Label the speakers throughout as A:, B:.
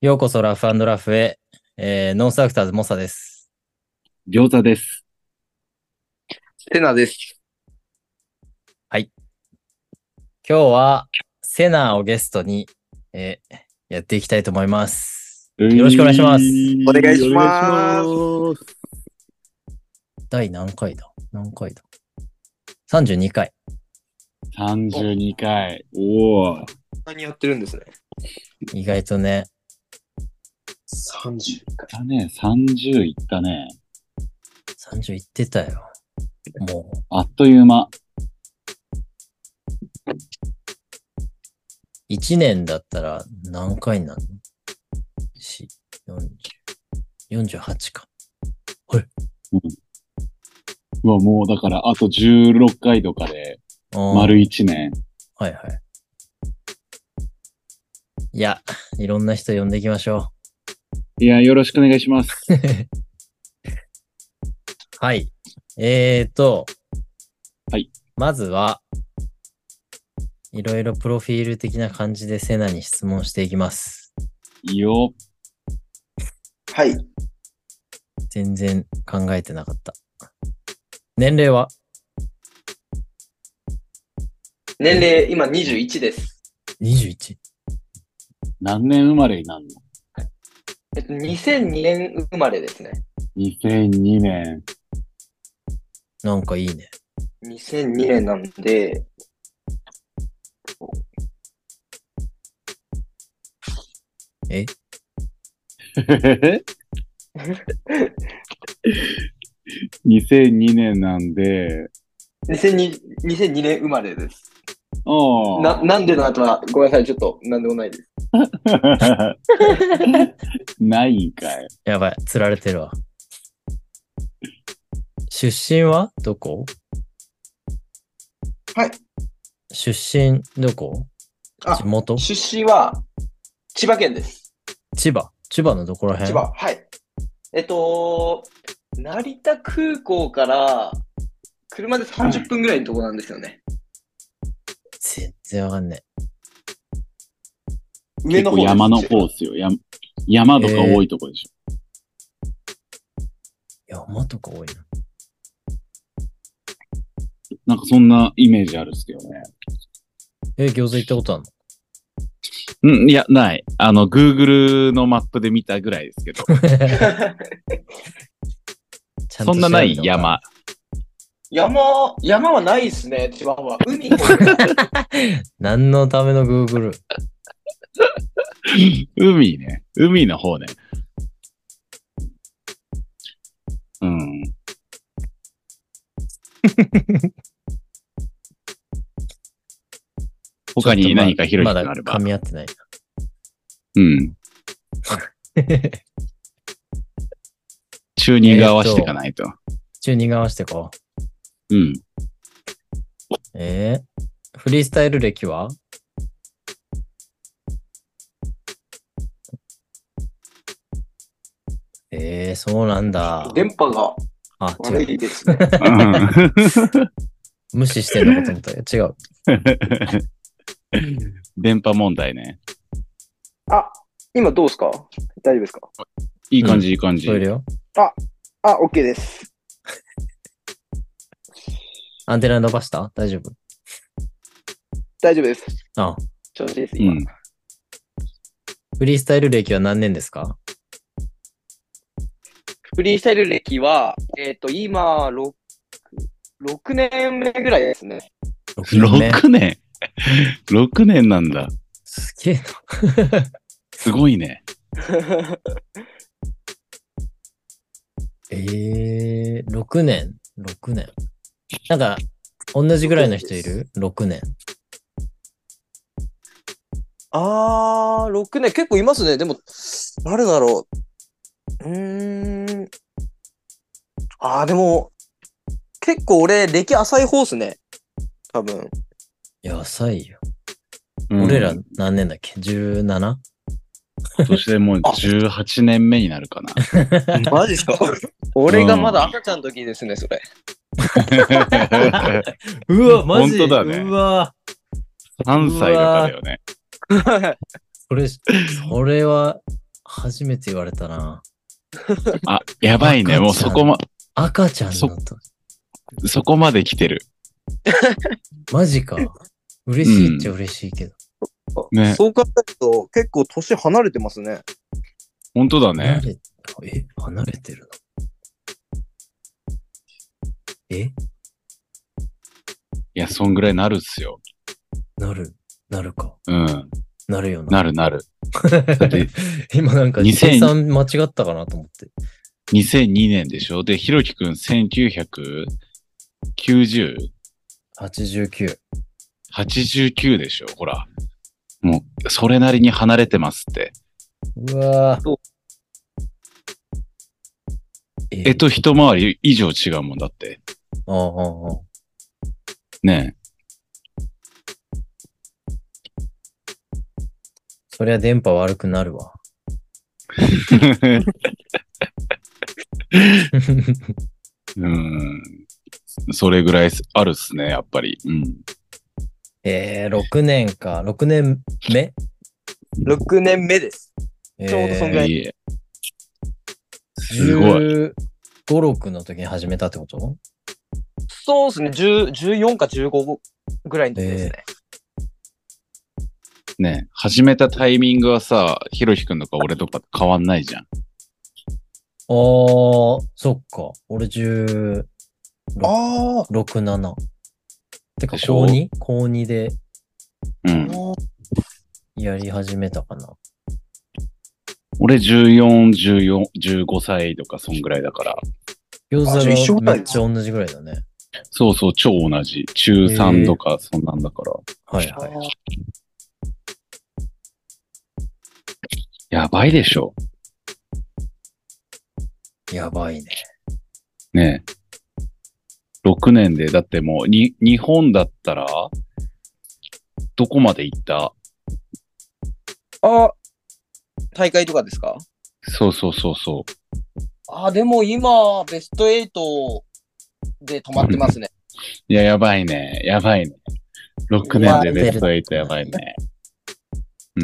A: ようこそラフラフへ、えー、ノンスアクターズモサです。
B: 餃子です。
C: てなです。
A: 今日はセナーをゲストに、えーやっていきたいと思います。
B: よ
A: ろしくお願いします
C: お願いします
B: す。
A: 第何回だ何回だ ?32 回。
B: 32回。おお。
C: 何やってるんですね。
A: 意外とね、
C: 30回。
B: だね、30いったね。
A: 30いってたよ。もう、
B: あっという間。
A: 1年だったら何回になるのし ?40、48か。
B: うわ、もうだから、あと16回とかで、丸
A: い。
B: 1年。
A: はいはい。いや、いろんな人呼んでいきましょう。
B: いや、よろしくお願いします。
A: はい。えーと、
B: はい。
A: まずは、いろいろプロフィール的な感じでセナに質問していきます。
B: いいよ。
C: はい。
A: 全然考えてなかった。年齢は
C: 年齢、今21です。
A: ?21。
B: 何年生まれになるの
C: えっと、2002年生まれですね。
B: ?2002 年。
A: なんかいいね。
C: 2002年なんで、
B: 2002年なんで、
C: 2002, 2002年生まれです。
B: おー
C: な、 なんでの後は、ごめんなさい、ちょっと、なんでもないです。
B: ないんかい。
A: やばい、釣られてるわ。出身はどこ
C: はい。
A: 出身どこ
C: あ
A: 地元
C: 出身は、千葉県です。
A: 千葉。千葉のどこら辺
C: 千葉。はい。えっと、成田空港から、車で30分ぐらいのとこなんですよね。
A: 全然わかんない。
C: 上の方
B: 結構山の
C: です
B: 方っすよ。や山とか多いとこでし
A: 山とか多いな。
B: ょ。なんかそんなイメージあるっすけどね。
A: え、餃子行ったことあるの
B: うん、いや、ない。あの、Google のマップで見たぐらいで すけど、
A: ちゃと
B: そんなない
A: 調べたことあ
B: 山。
C: 山、山はないですね、千葉は。海も
A: る。何のための Google?
B: 海ね。海の方ね。 うん。他に何か広い
A: ま
B: の
A: だ
B: あれば。
A: 噛み合ってない。
B: うん。チューニング合わせていかないと。
A: チューニング合わせてこう。
B: うん。
A: えー、フリースタイル歴はえー、そうなんだ。
C: 電波が
A: あ、
C: 悪
A: 違う。
C: いですね。
A: 無視してんのかと思ったけど違う。
B: うん電波問題ね。
C: あ、今どうですか大丈夫ですか
B: いい感じ、いい感じ。
A: トイレよ。
C: あ、OK です。
A: アンテナ伸ばした大丈夫
C: 大丈夫です。
A: あ
C: 調子いいです、
B: う
C: 今。
B: ん。
A: フリースタイル歴は何年ですか
C: フリースタイル歴は、えっ、と、今、6、6年目ぐらいですね。
A: ?6
B: 6年 !6 年 なんだ。
A: すげえな。
B: すごいね。
A: えー、6年 ?6 年。なんか、同じぐらいの人いる ?6 年。
C: あー、6年、結構いますね。でも、誰だろう。うーん。あー、でも、結構俺、歴浅い方っすね。多分。
A: やさいよ。
B: うん
A: 俺ら何年だっけ ?17?
B: 今年でもう18年目になるか な。
C: マジっすか 俺がまだ赤ちゃんの時ですね、そ れ。
A: うわ、マジ
B: 本当だね
A: うわ、
B: 3歳とかだよね。
A: それ、それは初めて言われたな。
B: あ、やばいね。もうそこま、
A: 赤ちゃんのと。
B: そこまで来てる。
A: マジか。嬉しいっちゃ嬉しいけど。
B: ね
C: そう考えると、結構年離れてますね。
B: 本当だ
A: 離
B: ね。
A: れえ、離れてるのえ
B: いや、そんぐらいなるっすよ。
A: なる、なるか。
B: うん。
A: なるよな。
B: なるなる。 だって、
A: 今なんか、
B: 2000
A: 計算間違ったかなと思って。
B: 2002年でしょで、ひろきくん 1990?89
A: 89。
B: でしょほら。もう、それなりに離れてますって。
A: うわぁ。え
B: えっと、一回り以上違うもんだって。
A: ああ、ああ、
B: ね
A: そりゃ電波悪くなるわ。
B: え。うん。それぐらいあるっすね、やっぱり。うん。
A: えー、6年か。6年目
C: 6年目です。ちょうどそんぐらい
B: いえ。すごい。
A: い。5、6の時に始めたってこと
C: そうですね、10 14か15ぐらいの時ですね。
B: ね始めたタイミングはさ、ひろひくんとか俺とか変わんないじゃん。
A: あー、そっか。俺16、
C: あ
A: 7。てか、
B: でし
A: 高
B: ょ
A: 2? 高2で
B: うん。
C: あ。
A: やり始めたかな。
B: 俺14、14、15歳とかそんぐらいだから。
A: 餃子
C: あじゃあ一緒
A: は
C: ぐらい
A: めっちゃ同じぐらいだね。
B: そうそう、超同じ。中3とかそんなんだから。
A: はいはい。
B: やばいでしょ。
A: やばいね。
B: ねえ。6年で、だってもう、に、日本だったら、どこまで行った
C: ああ。大会とかですか
B: そうそうそうそ
C: ああ、でも今、ベスト8で止まってますね。
B: う。いや、やばいね。やばいね。6年でベスト8やばいね。うん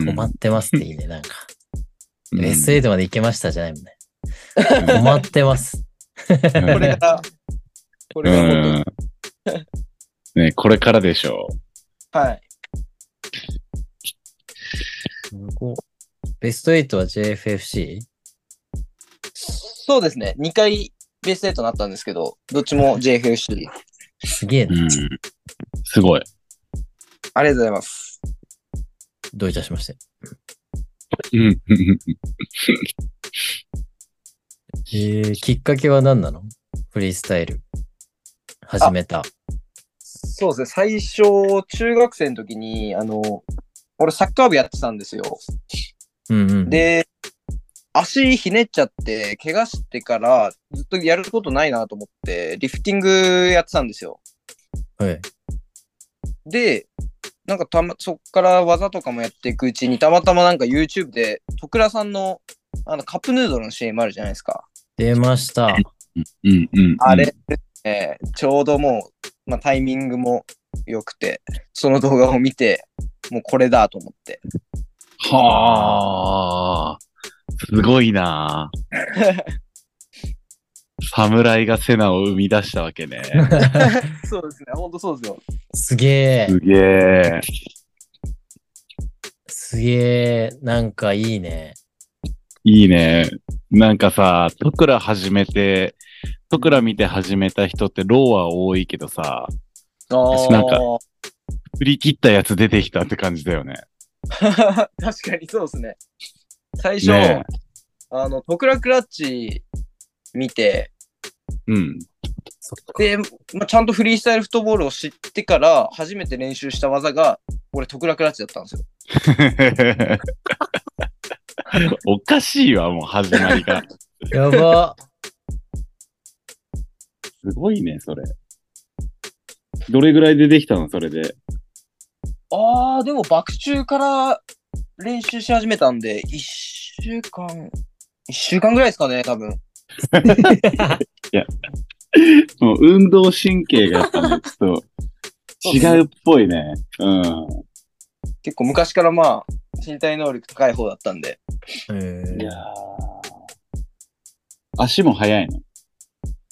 A: 止まってますっていいね、なんか。
B: うん
A: ベスト8まで行けましたじゃないもんね。止まってます。
B: うん
C: これから、これから本
B: うん。ね、これからでしょ
C: 当に。はい。
A: すごいベスト8は JFFC?
C: そうですね、2回ベスト8になったんですけど、どっちも JFC。
A: すげえ
B: う。
A: な。
B: うん。すごい。
C: ありがとうございます。
A: どういたしまして。
B: うん。
A: えー、きっかけは何なのフリースタイル。始めた。
C: そうですね、最初、中学生の時に、あの、俺サッカー部やってたんですよ。
A: うんうん。、
C: で、足ひねっちゃって、怪我してから、ずっとやることないなと思って、リフティングやってたんですよ。
A: はい。
C: で、なんかたま、そっから技とかもやっていくうちに、たまたまなんか YouTube で、徳倉さんの、あの、カップヌードルの CM あるじゃないですか。
A: 出ました。
B: うん。うん。
C: あれ、えーちょうどもう、まあ、タイミングも良くて、その動画を見て、もうこれだと思って。
B: はあ。すごいな侍がセナを生み出したわけね。
C: そうですね、ほんとそうですよ。
A: すげえ
B: す。げえ。
A: すげえ。なんかいいね。
B: いいね。なんかさ、トクラ始めて、トクラ見て始めた人ってローは多いけどさ、
C: あ
B: なんか振り切ったやつ出てきたって感じだよね。
C: か 確かにそうですね。最初、
B: ね
C: あの、徳倉クラッチ見て、
B: うん。
A: そっか。
C: で、まあ、ちゃんとフリースタイルフットボールを知ってから、初めて練習した技が、俺、徳倉クラッチだったんですよ。
B: おかしいわ、もう始まりが。
A: や ば。
B: すごいね、それ。どれぐらいでできたの、それで。
C: あー、でも、爆中から練習し始めたんで、1週間、1週間ぐらいですかね、多分。
B: もう運動神経がやっぱね、ちょっと違うっぽいね。うん。
C: 結構昔からまあ、身体能力高い方だったんで。
A: えー
B: いやー足も速いの。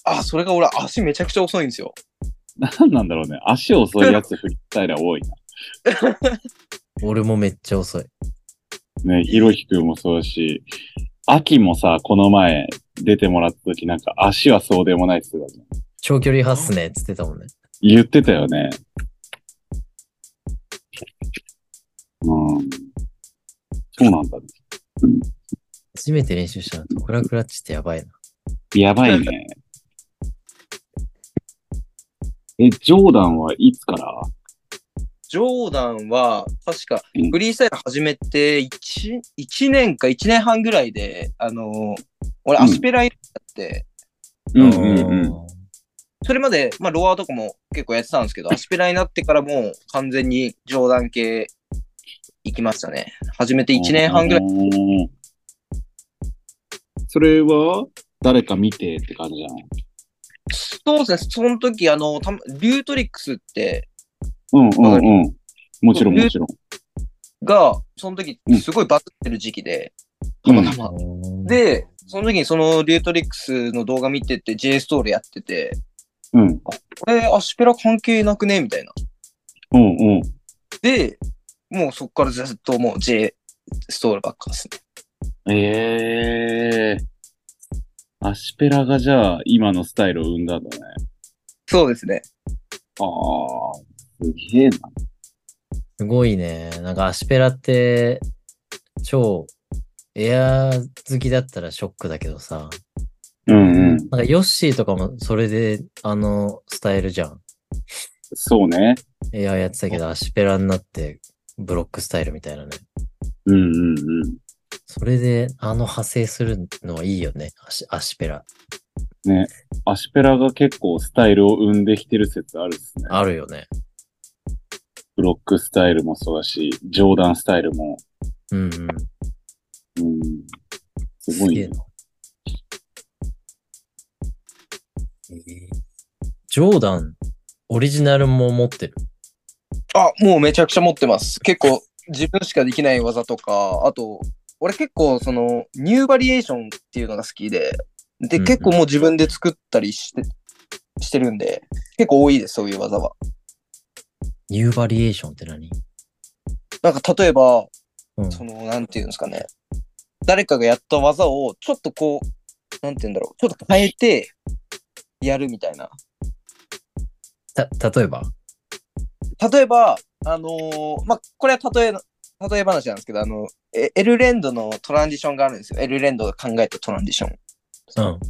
C: あ、それが俺、足めちゃくちゃ遅いんですよ。
B: なんなんだろうね。足遅いやつフリースタイルは多い
A: 俺もめっちゃ遅い。
B: な。ね、ひろひくんもそうだし、秋もさ、この前出てもらった時なんか足はそうでもないって言ってたじゃん。
A: 長距離発っすね、つってたもんね。
B: 言ってたよね。うん。そうなんだね。
A: 初めて練習したのトクラクラッチってやばいな。
B: やばいね。え、ジョーダンはいつから
C: ジョーダンは、確か、フリースタイル始めて1、一年か1年半ぐらいで、あのー俺、
B: うん
C: アスペラやって、
B: うんうんうん。
A: あー
C: それまで、まあ、ロアとかも結構やってたんですけど、アスペラになってからもう完全にジョーダン系行きましたね。始めて1年半ぐらい。
B: い。それは誰か見てって感じじゃない
C: そうですね、その時、あの、たまリュートリックスって、
B: うんうんうん。もちろんもちろん。
C: が、その時
B: うん、
C: すごいバズってる時期で、
B: う
C: た
B: ん
C: またま。で、その時にそのリュートリックスの動画見てて、J ストールやってて、
B: うん。
C: これ、アシペラ関係なくねみたいな。
B: うんうん。
C: で、もうそっからずっともう J ストールばっかですね。
B: ええアシペラがじゃあ今のスタイルを生んだんだね。
C: そうですね。
B: ああ、すげえな。
A: すごいね。なんかアシペラって、超、エアー好きだったらショックだけどさ。
B: うんうん。
A: なんかヨッシーとかもそれで、あの、スタイルじゃん。
B: そうね。
A: エアーやってたけど、アシペラになって、ブロックスタイルみたいなね。
B: うんうんうん。
A: それで、あの派生するのはいいよね。アシアシペラ。
B: ね。アシペラが結構スタイルを生んできてる説あるっすね。
A: あるよね。
B: ブロックスタイルもそうだし、ジョーダンスタイルも。
A: うんうん。
B: うん。すごい
A: げえ
B: ね。
A: な。えージョーダン、オリジナルも持ってる。
C: あ、もうめちゃくちゃ持ってます。結構、自分しかできない技とか、あと、俺結構その、ニューバリエーションっていうのが好きで、で、
A: うんうん
C: 結構もう自分で作ったりして、してるんで、結構多いです、そういう技は。
A: ニューバリエーションって何
C: なんか例えば、
A: うん。
C: その、なんていうんですかね。誰かがやった技を、ちょっとこう、なんて言うんだろう。ちょっと変えて、やるみたいな。
A: た、例えば
C: 例えば、あのーまあ、これは例え、例え話なんですけど、あの、え L レンドのトランジションがあるんですよ。L レンドが考えたトランジション。
A: うん。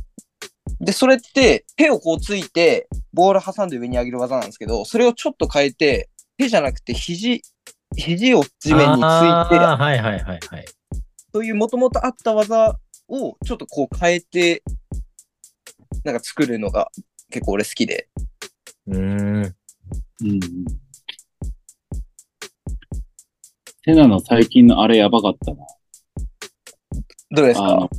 C: で、それって、手をこうついて、ボール挟んで上に上げる技なんですけど、それをちょっと変えて、手じゃなくて肘、肘を地面について、
A: あーはいはいはいはい。
C: そういうもともとあった技をちょっとこう変えて、なんか作るのが結構俺好きで。
A: うーん。
B: うんうん。セナの最近のあれやばかったな。
C: どうです
B: あ
C: か
B: の、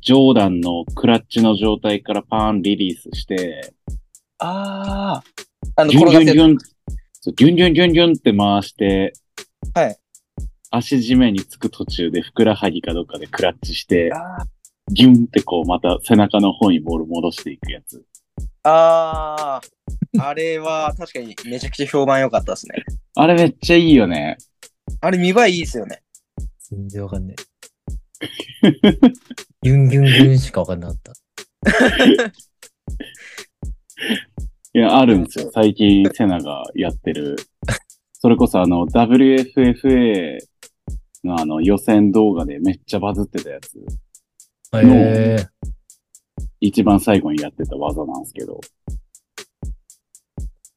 B: ジョーダンのクラッチの状態からパーンリリースして、
C: ああ。あの、
B: ギュン
C: 転
B: ギ
C: が
B: ュン
C: せ
B: ギ
C: る。
B: ュン、そうギュンギュンギュンギュンって回して、
C: はい。
B: 足地面につく途中でふくらはぎかどっかでクラッチして、
C: あー
B: ギュンってこうまた背中の方にボール戻していくやつ。
C: あー。あれは確かにめちゃくちゃ評判良かったですね。
B: あれめっちゃいいよね。
C: あれ見栄えいいですよね。
A: 全然わかん ない。ギュンギュンギュンしかわかんなかった。
B: いや、あるんですよ。最近セナがやってる。それこそあの WFFA のあの予選動画でめっちゃバズってたやつ。
A: へえ。
B: 一番最後にやってた技なんですけど。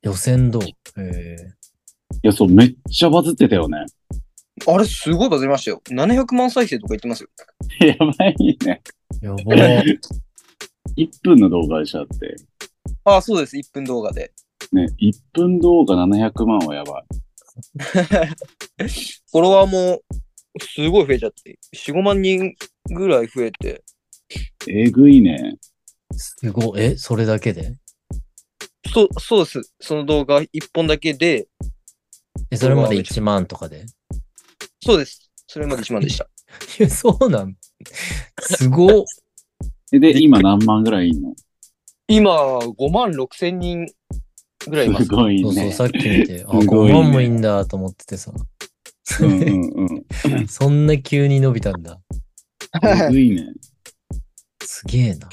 A: 予選どうへえ。
B: いや、そう、めっちゃバズってたよね。
C: あれすごいバズりましたよ。700万再生とか言ってますよ。
B: やばいね。
A: やば。
B: 1分の動画でしょ、だって。
C: ああ、そうです。1分動画で。
B: ね、1分動画700万はやばい。
C: フォロワーもすごい増えちゃって、4、5万人ぐらい増えて、
B: えぐいね。
A: すごい。え、それだけで
C: そそうです。その動画1本だけで、
A: え、それまで1万とかで
C: そうです。それまで1万でした。
A: いや、そうなんすごっ。
B: えで、今何万ぐらいいんの
C: 今、5万6千人ぐらいいますす。
B: ごい
A: そうそう、
B: ね。
A: さっき見て、あ、
B: す
A: 5
B: ごいね
A: 万もいいんだと思っててさ、
B: うんうんうん。
A: そんな急に伸びたんだ。
B: すごいね。
A: すげえな。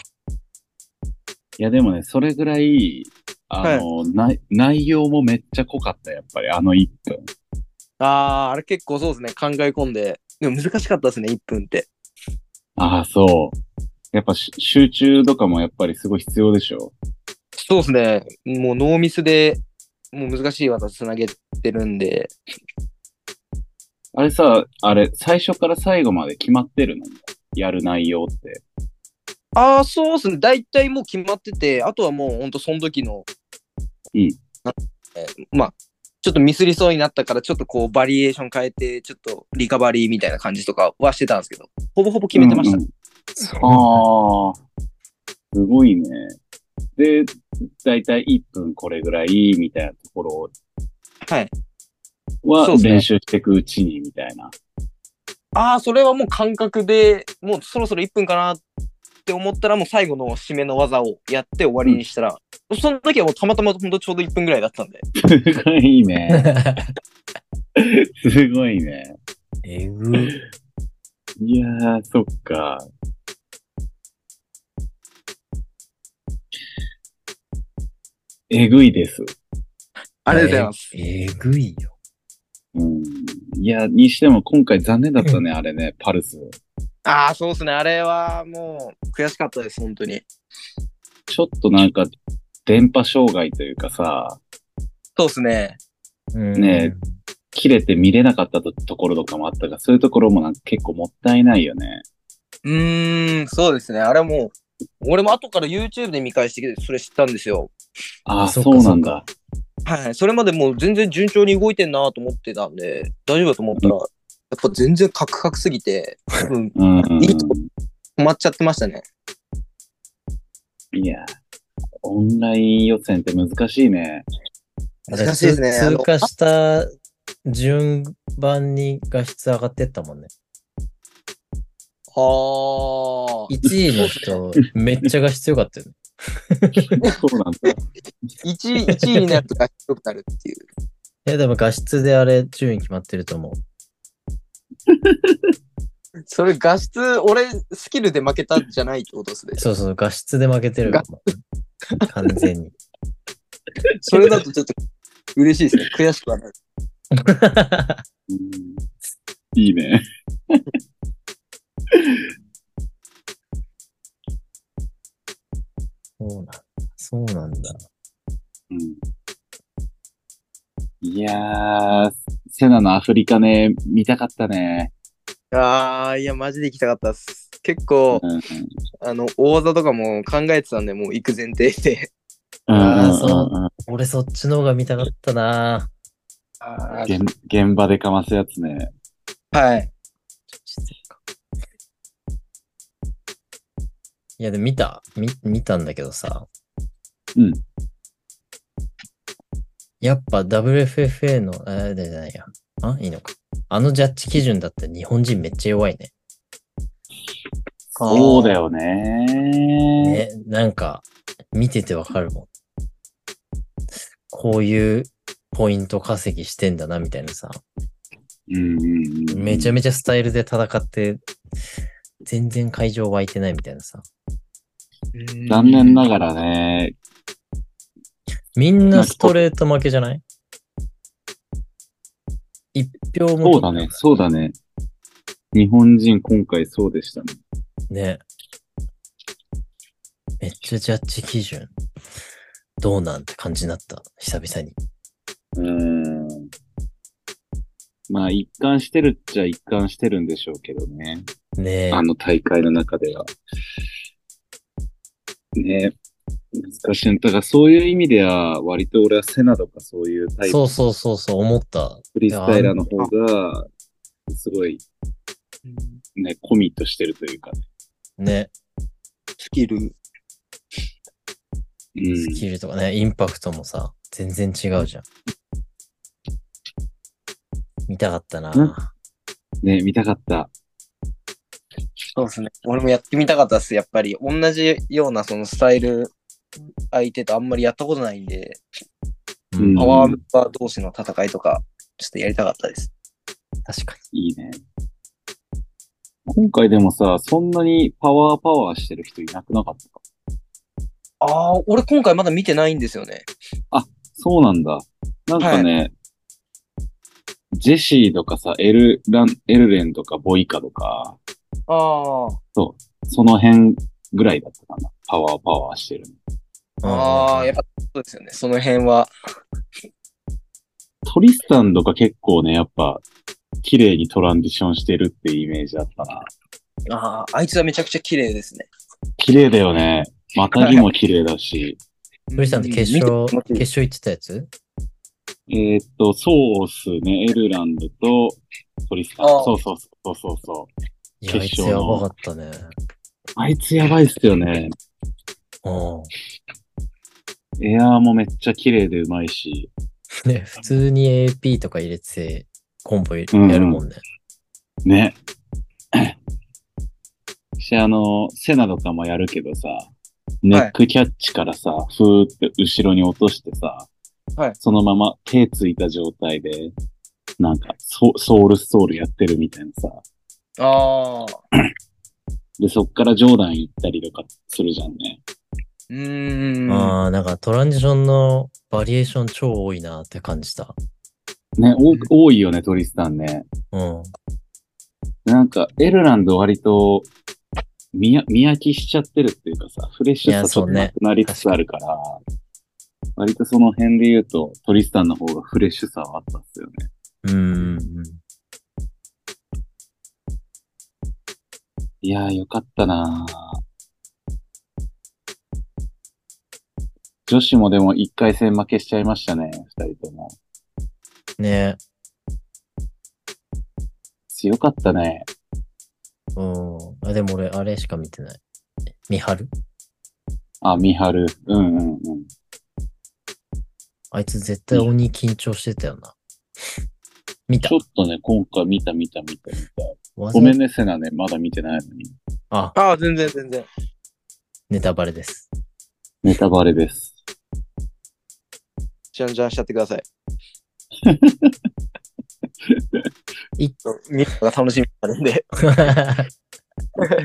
B: いや、でもね、それぐらい、あの、な内容もめっちゃ濃かった、やっぱり、あの1分。
C: ああ、あれ結構そうですね。考え込んで。でも難しかったですね、1分って。
B: ああ、そう。やっぱし集中とかもやっぱりすごい必要でしょ。
C: そうですね。もうノーミスで、もう難しい技つなげてるんで。
B: あれさ、あれ、最初から最後まで決まってるのやる内容って。
C: ああ、そうですね。大体もう決まってて、あとはもうほんとその時の、
B: うん
C: なんえーまあ、ちょっとミスりそうになったから、ちょっとこうバリエーション変えて、ちょっとリカバリーみたいな感じとかはしてたんですけど、ほぼほぼ決めてました。
B: うんうんああ、すごいね。で、だいたい1分これぐらいみたいなところ
C: はい。
B: は
C: そうですね
B: 練習していくうちにみたいな。
C: ああ、それはもう感覚でもうそろそろ1分かなって思ったら、もう最後の締めの技をやって終わりにしたら、その時はもうたまたまほんとちょうど1分ぐらいだったんで。
B: すごいね。すごいね。
A: えぐ。
B: いやー、そっか。えぐいです。
C: ありがとうございます。
A: えぐいよ。
B: うん。いや、にしても今回残念だったね、あれね、パルス。
C: ああ、そうですね。あれはもう悔しかったです、本当に。
B: ちょっとなんか、電波障害というかさ、
C: そうですね。
A: うん
B: ね切れて見れなかったとところとかもあったから、そういうところもなんか結構もったいないよね。
C: うーん、そうですね。あれはもう、俺も後から YouTube で見返してきて、それ知ったんですよ。
B: ああ、
A: そ
B: そ
A: っか
B: うなんだ。
C: はい。それまでもう全然順調に動いてんなと思ってたんで、大丈夫だと思ったら、やっぱ全然カクカクすぎて、多分
B: うんうん。
C: いいと止まっちゃってましたね。
B: いや、オンライン予選って難しいね。
C: 難しいですね
A: 通
C: あの
A: 通過した順番に画質上がってったもんね。
C: はあ。
A: 1位の人、めっちゃ画質良かった よね。
B: そうなんだ。
C: 1位、1位になるとが良くなるっていう。
A: いや、でも画質であれ、順位決まってると思う。
C: それ画質、俺、スキルで負けたんじゃないってことですね。
A: そうそう、画質で負けてるかも。完全 に。
C: それだとちょっと嬉しいですね。悔しくはなる。
B: うんいいね。
A: そうなんだ。そうなんだ。
B: うんいやー、セナのアフリカね、見たかったね。
C: ああ、いや、マジで行きたかったっす。結構、
B: うんうん
C: あの、大技とかも考えてたんで、もう行く前提で。
A: あー
B: うん
A: 俺、そっちの方が見たかったな。
C: は
B: うん現現場でかますやつね。
C: い。
A: いや、でも見た見、見たんだけどさ。
B: うん。
A: やっぱ WFFA の、あ、じゃないや。あ、いいのか。あのジャッジ基準だって日本人めっちゃ弱いね。
C: あー
B: そうだよね
A: ね、なんか、見ててわかるもん。こういうポイント稼ぎしてんだな、みたいなさ。
B: うんうんうん。
A: めちゃ
B: め
A: めちゃスタイルで戦って、全然会場湧いてないみたいなさ。
B: 残念ながらね、
A: みんなストレート負けじゃない一票も。
B: そうだね、そうだね。日本人今回そうでしたね。
A: ね。めっちゃジャッジ基準。どうなんて感じになった。久々に。
B: うん。まあ、一貫してるっちゃ一貫してるんでしょうけどね。
A: ねえ。
B: あの大会の中では。ね難しい。だからそういう意味では、割と俺はセナとかそういうタイプ、
A: そうそうそうそう、思った。
B: フリースタイラーの方が、すごいね、コミットしてるというかね。
A: ね。
C: スキル。
B: うん。
A: スキルとかね、インパクトもさ、全然違うじゃん。見たかったな。
B: ね、見たかった。
C: そうですね。俺もやってみたかったです。やっぱり、同じようなそのスタイル、相手とあんまりやったことないんで、
B: うん
C: パワーメンバー同士の戦いとか、ちょっとやりたかったです。
A: 確か
B: いいね。今回でもさ、そんなにパワーパワーしてる人いなくなかったか
C: ああ、俺今回まだ見てないんですよね。
B: そうなんだ。なんかね、ジェシーとかさ、エルラン、エルレンとかボイカとか、
C: ああ。
B: その辺ぐらいだったかな。パワーパワーしてるの。
A: に。
C: ああ、やっ
A: っ
C: ぱそうですよね。その辺は。
B: トリスタンとか結構ね、やっぱ、綺麗にトランジションしてるってイメージだったな。
C: ああ、あいつはめちゃくちゃ綺麗ですね。
B: 綺麗だよね。またぎも綺麗だし。
A: トリスタンって決勝、
C: 見て
A: 決勝行ってたやつ
B: えーっと、そうっすね。エルランドとトリスタン。
C: あー
B: そうそうそうそうそう。
A: いや、あい
B: 決
A: つ
B: 勝
A: や
B: の
A: ばかったね。
B: あいつやばいっすよね。
A: うん。
B: エアーもめっちゃ綺麗でうまいし。
A: ね、普通に AP とか入れて、コンボや
B: うんうん
A: るもんね。
B: ね。 し、あの、セナとかもやるけどさ、ネックキャッチからさ、ふーって後ろに落としてさ、
C: はい
B: そのまま手ついた状態で、なんかソ、ソウルストールやってるみたいなさ。
C: ああ。
B: で、そっからジョーダン行ったりとかするじゃんね。
C: うーん。
A: ああ、なんかトランジションのバリエーション超多いなって感じた。
B: ね、多く多いよね、トリスタンね。
A: うん。
B: なんか、エルランド割と、見や、見飽きしちゃってるっていうかさ、フレッシュ
A: い
B: さ
A: や
B: ちょ
A: そ
B: っ
A: う
B: と
A: ね
B: なくなりつつあるから、割とその辺で言うと、トリスタンの方がフレッシュさはあったっすよね。
A: うんうんうん。
B: いやーよかったなー女子もでも一回戦負けしちゃいましたね、二人とも。
A: ね
B: 強かったね。
A: うん。あ、でも俺、あれしか見てない。見張る
B: あ、ミハル。うんうんうん。
A: あいつ絶対鬼緊張してたよな。見た
B: ちょっとね、今回見た見た見た見た。
A: ご
B: ごめんね、セナね、まだ見てないのに。
A: あ、
C: ああ、全然全然。
A: ネタバレ です。
B: ネタバレです。
C: じゃんじゃんしちゃってください。
A: い
C: 見るのが楽しみになる んで。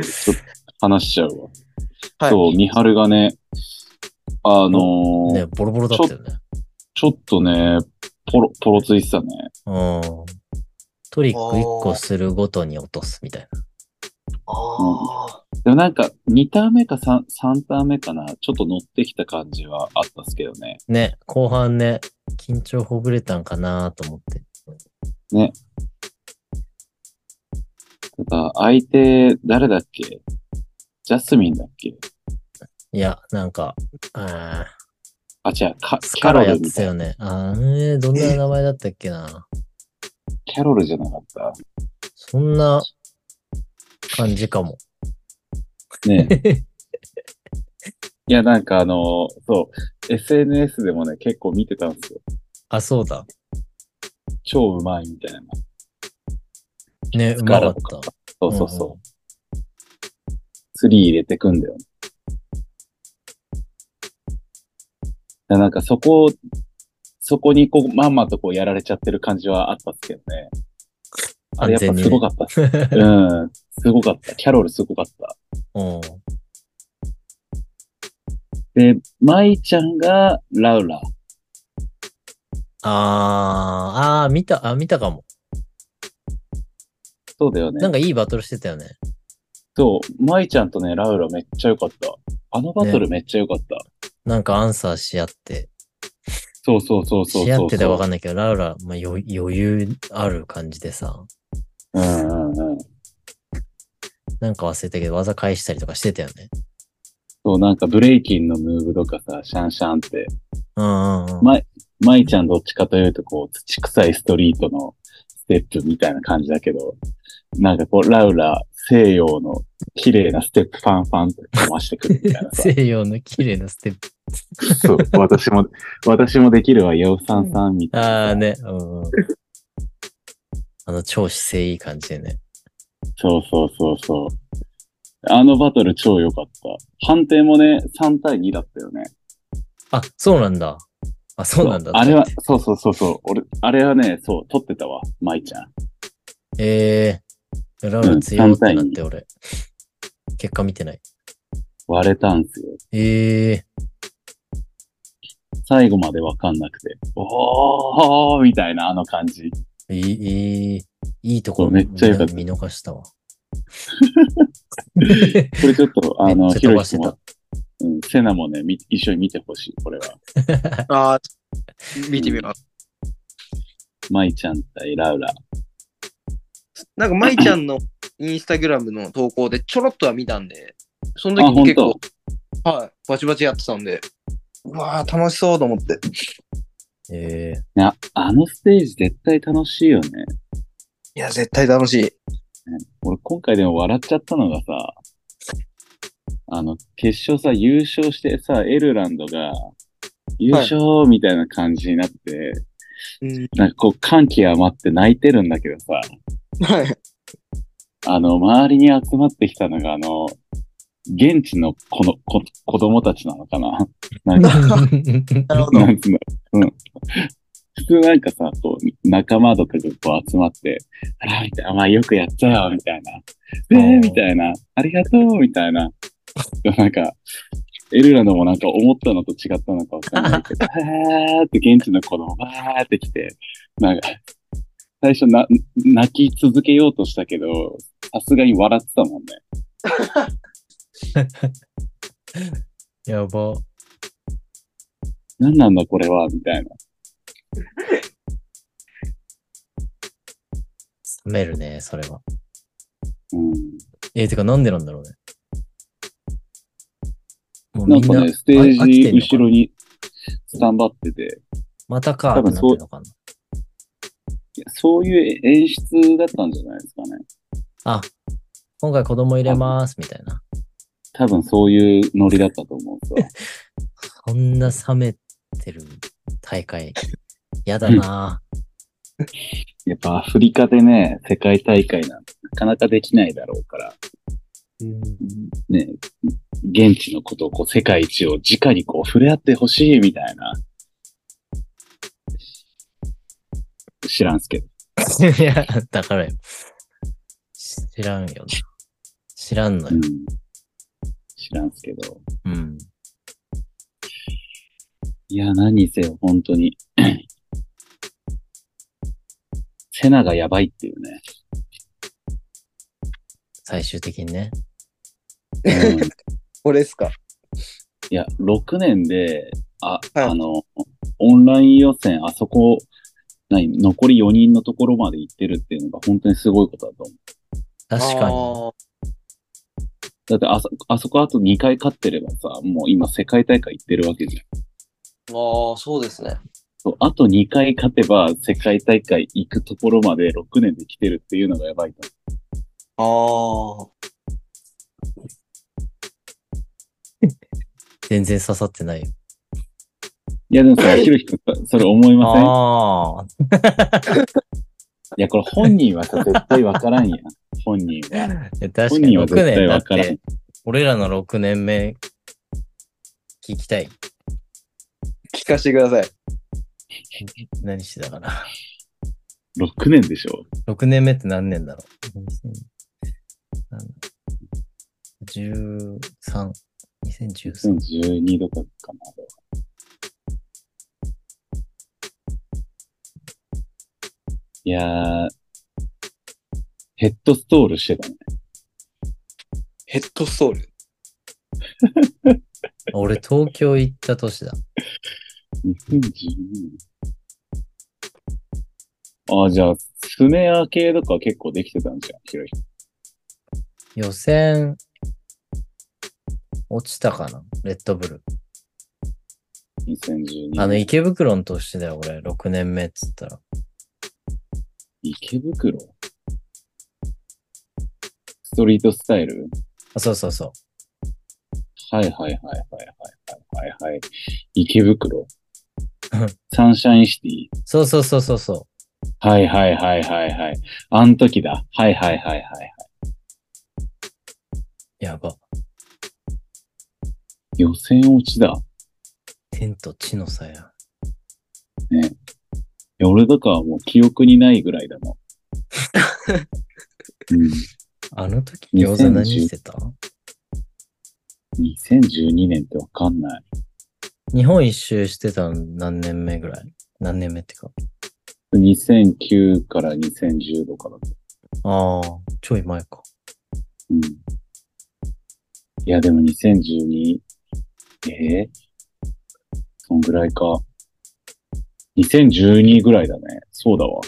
B: ちょっと話しちゃうわ。
C: はい
B: そう、ミハルがね、あのー
A: ね、ボロボロだったよね。
B: ちょっとね、ポロ、ポロついてたね。
A: うん。トリック1個するごとに落とすみたいな。
C: あ
B: でもなんか、2ターン目か 3, 3ターン目かな、ちょっと乗ってきた感じはあったっすけどね。
A: ね、後半ね、緊張ほぐれたんかなと思って。
B: ただ、相手、誰だっけジャスミンだっけ
A: いや、なんか、あー
B: あ、違う、か
A: ス
B: キ
A: カ
B: ャロ
A: ラやっ
B: ルみ
A: て
B: た
A: た
B: いな。
A: よね。あーえーどんな名前だったっけな。
B: キャロルじゃなかった。
A: そんな感じかも。
B: ねいや、なんかあの、そう、SNS でもね、結構見てたんですよ。
A: あ、そうだ。
B: 超うまいみたいな。
A: ね、う
B: ス
A: ま
B: カ
A: か
B: ラ
A: っ
B: とか
A: た。
B: そうそうそう。スリー入れてくんだよね。でなんかそこ、そこにこう、まんまとこうやられちゃってる感じはあったっすけどね。あれやっぱすごかったっ す。うん。すごかった。キャロルすごかった。
A: うん。
B: で、舞ちゃんがラウラ。
A: あー、あー見た、あ、見たかも。
B: そうだよね。
A: なんかいいバトルしてたよね。
B: そう、舞ちゃんとね、ラウラめっちゃ良かった。あのバトルめっちゃ良かった。
A: なんかアンサーし合って。
B: そうそうそうそうそうそう。
A: し合ってたらわかんないけど、ラウラ、まあ、余余裕ある感じでさ、
B: うんうんうん。
A: なんか忘れたけど、技返したりとかしてたよね。
B: そう、なんかブレイキンのムーブとかさ、シャンシャンって、
A: うんうんうん。
B: ま舞ちゃんどっちかというと、こう、土臭いストリートのステップみたいな感じだけど、なんかこう、ラウラ、西洋の綺麗なステップファンファンってかま してくるみたいなさ。
A: 西洋の綺麗なステ ップ。
B: そう、私も、私もできるわ、ヨウさんさんみたいな。
A: ああね。うんうん。あの、超姿勢いい感じでね。
B: そうそうそうそう。あのバトル超良かった。判定もね、3対2だったよね。
A: あ、そうなんだ。あ、そうなんだ。
B: あれは、そうそうそうそう。俺、あれはね、そう、取ってたわ、舞ちゃん。
A: えー、ラウル強ってなって、俺。結果見てない。
B: 割れたんすよ。
A: ええ
B: 最後までわかんなくて。おーみたいな、あの感じ。
A: ー、いい、いい、いいところ
B: そうめっちゃ良かった
A: 見見逃 したわ。
B: これちょっと、あの、
A: めっちゃ飛ばしてた
B: も、うん、セナもね、み一緒に見てほしい、これは。
C: ああ、見てみます。
B: 舞ちゃん対ラウラ。
C: なんか、舞ちゃんのインスタグラムの投稿でちょろっとは見たんで、その時も結
B: あ
C: 構、はい、バチバチやってたんで、うわあ、楽しそうと思って。
A: ええ
B: いや、あのステージ絶対楽しいよね。
C: いや、絶対楽しい。
B: 俺今回でも笑っちゃったのがさ、あの、決勝さ、優勝してさ、エルランドが、優勝みたいな感じになって、
C: うん、
B: なんかこう、歓喜余って泣いてるんだけどさ、
C: はい。
B: あの、周りに集まってきたのが、あの、現地のこのこ子供たちなのかななんか、
C: な るほど。
B: なんつうの、うん。普通なんかさ、こう、仲間とかがこう集まって、あら、みたいな、まあよくやったよ、みたいな。え
A: う
B: ー、
A: ん
B: みたいな。ありがとう、みたいな。なんか、エルラのもなんか思ったのと違ったのかわかんな いけど、わーって現地の子供わーって来て、なんか、最初な、泣き続けようとしたけど、さすがに笑ってたもんね。
A: やば。
B: 何なんだこれは、みたいな。
A: 冷めるね、それは。
B: うん。
A: えー、てか、なんでなんだろうね。もう
B: な
A: み
B: ん
A: ん
B: か
A: な、
B: ね、ステー
A: あ飽き
B: ジ
A: てんのか
B: 後ろにスタンバってて、
A: またか、
B: 多分
A: ってなってんのかな。
B: いやそういう演出だったんじゃないですかね。
A: あ、今回子供入れます、みたいな。
B: 多分そういうノリだったと思うんですよ。
A: こんな冷めてる大会。やだな
B: やっぱアフリカでね、世界大会なんてなかなかできないだろうから、ね、現地のことをこう世界一を直にこう触れ合ってほしいみたいな。知らんすけど。
A: いや、だからよ。知らんよな。知らんの
B: う
A: よ
B: ん。。知らんすけど。
A: うん。
B: いや、何せよ、本当に。セナがやばいっていうね。
A: 最終的にね。
B: うん
C: 俺ですか。
B: いや、6年で、あ、
C: はい
B: あの、オンライン予選、あそこ、何、残り4人のところまで行ってるっていうのが本当にすごいことだと思
A: 確かに。
C: あ
B: う。だってあそ、あそこあと2回勝ってればさ、もう今世界大会行ってるわけじゃん。
C: ーあー、そうですね。
B: そうあと2回勝てば世界大会行くところまで6年で来てるっていうのがやばいと
C: ああ。
A: 全然刺さってないよ。
B: いや、でも さ、ひろひくん、それ思いませんい
A: ああ。
B: や、これ本人はさ、絶対わからんやん。本人は。
A: いや確か
B: 本
A: に
B: 人は
A: 6
B: 絶対
A: 年だ
B: わ
A: っ
B: からん
A: て。、俺らの6年目、聞きたい。
C: 聞かせてください。
A: 何してたかな。
B: 6年でしょ
A: 6年目って何年だろう ?13、2013。
B: ?2012 とかかな。いやー、ヘッドストールしてたね。
C: ヘッドストール。
A: 俺、東京行った年だ。
B: 2012ああ、じゃあ、スネア系とか結構できてたんじゃん、広い人。
A: 予選、落ちたかなレッドブル。
B: 2012。
A: あの、池袋の年だよ、俺。6年目っつったら。
B: 池袋ストリートスタイル
A: あ、そうそうそう。
B: はいはいはいはいはいはいはい。池袋
A: うん。
B: サンシャインシティ。
A: そうそうそうそうそ
B: はいはいはいはいはい。あん時だ。はいはいはいはいはい。
A: やば。
B: 予選落ちだ。
A: 天と地の差や。
B: いや俺とかはもう記憶にないぐらいだもん。うん、
A: あの時餃子何してた
B: 2012年ってわかんない。
A: 日本一周してたの何年目ぐらい何年目ってか。
B: 2009から2010度からだ。
A: ああ、ちょい前か。
B: うん。いや、でも2012、ええそんぐらいか。2012ぐらいだね。そうだわ。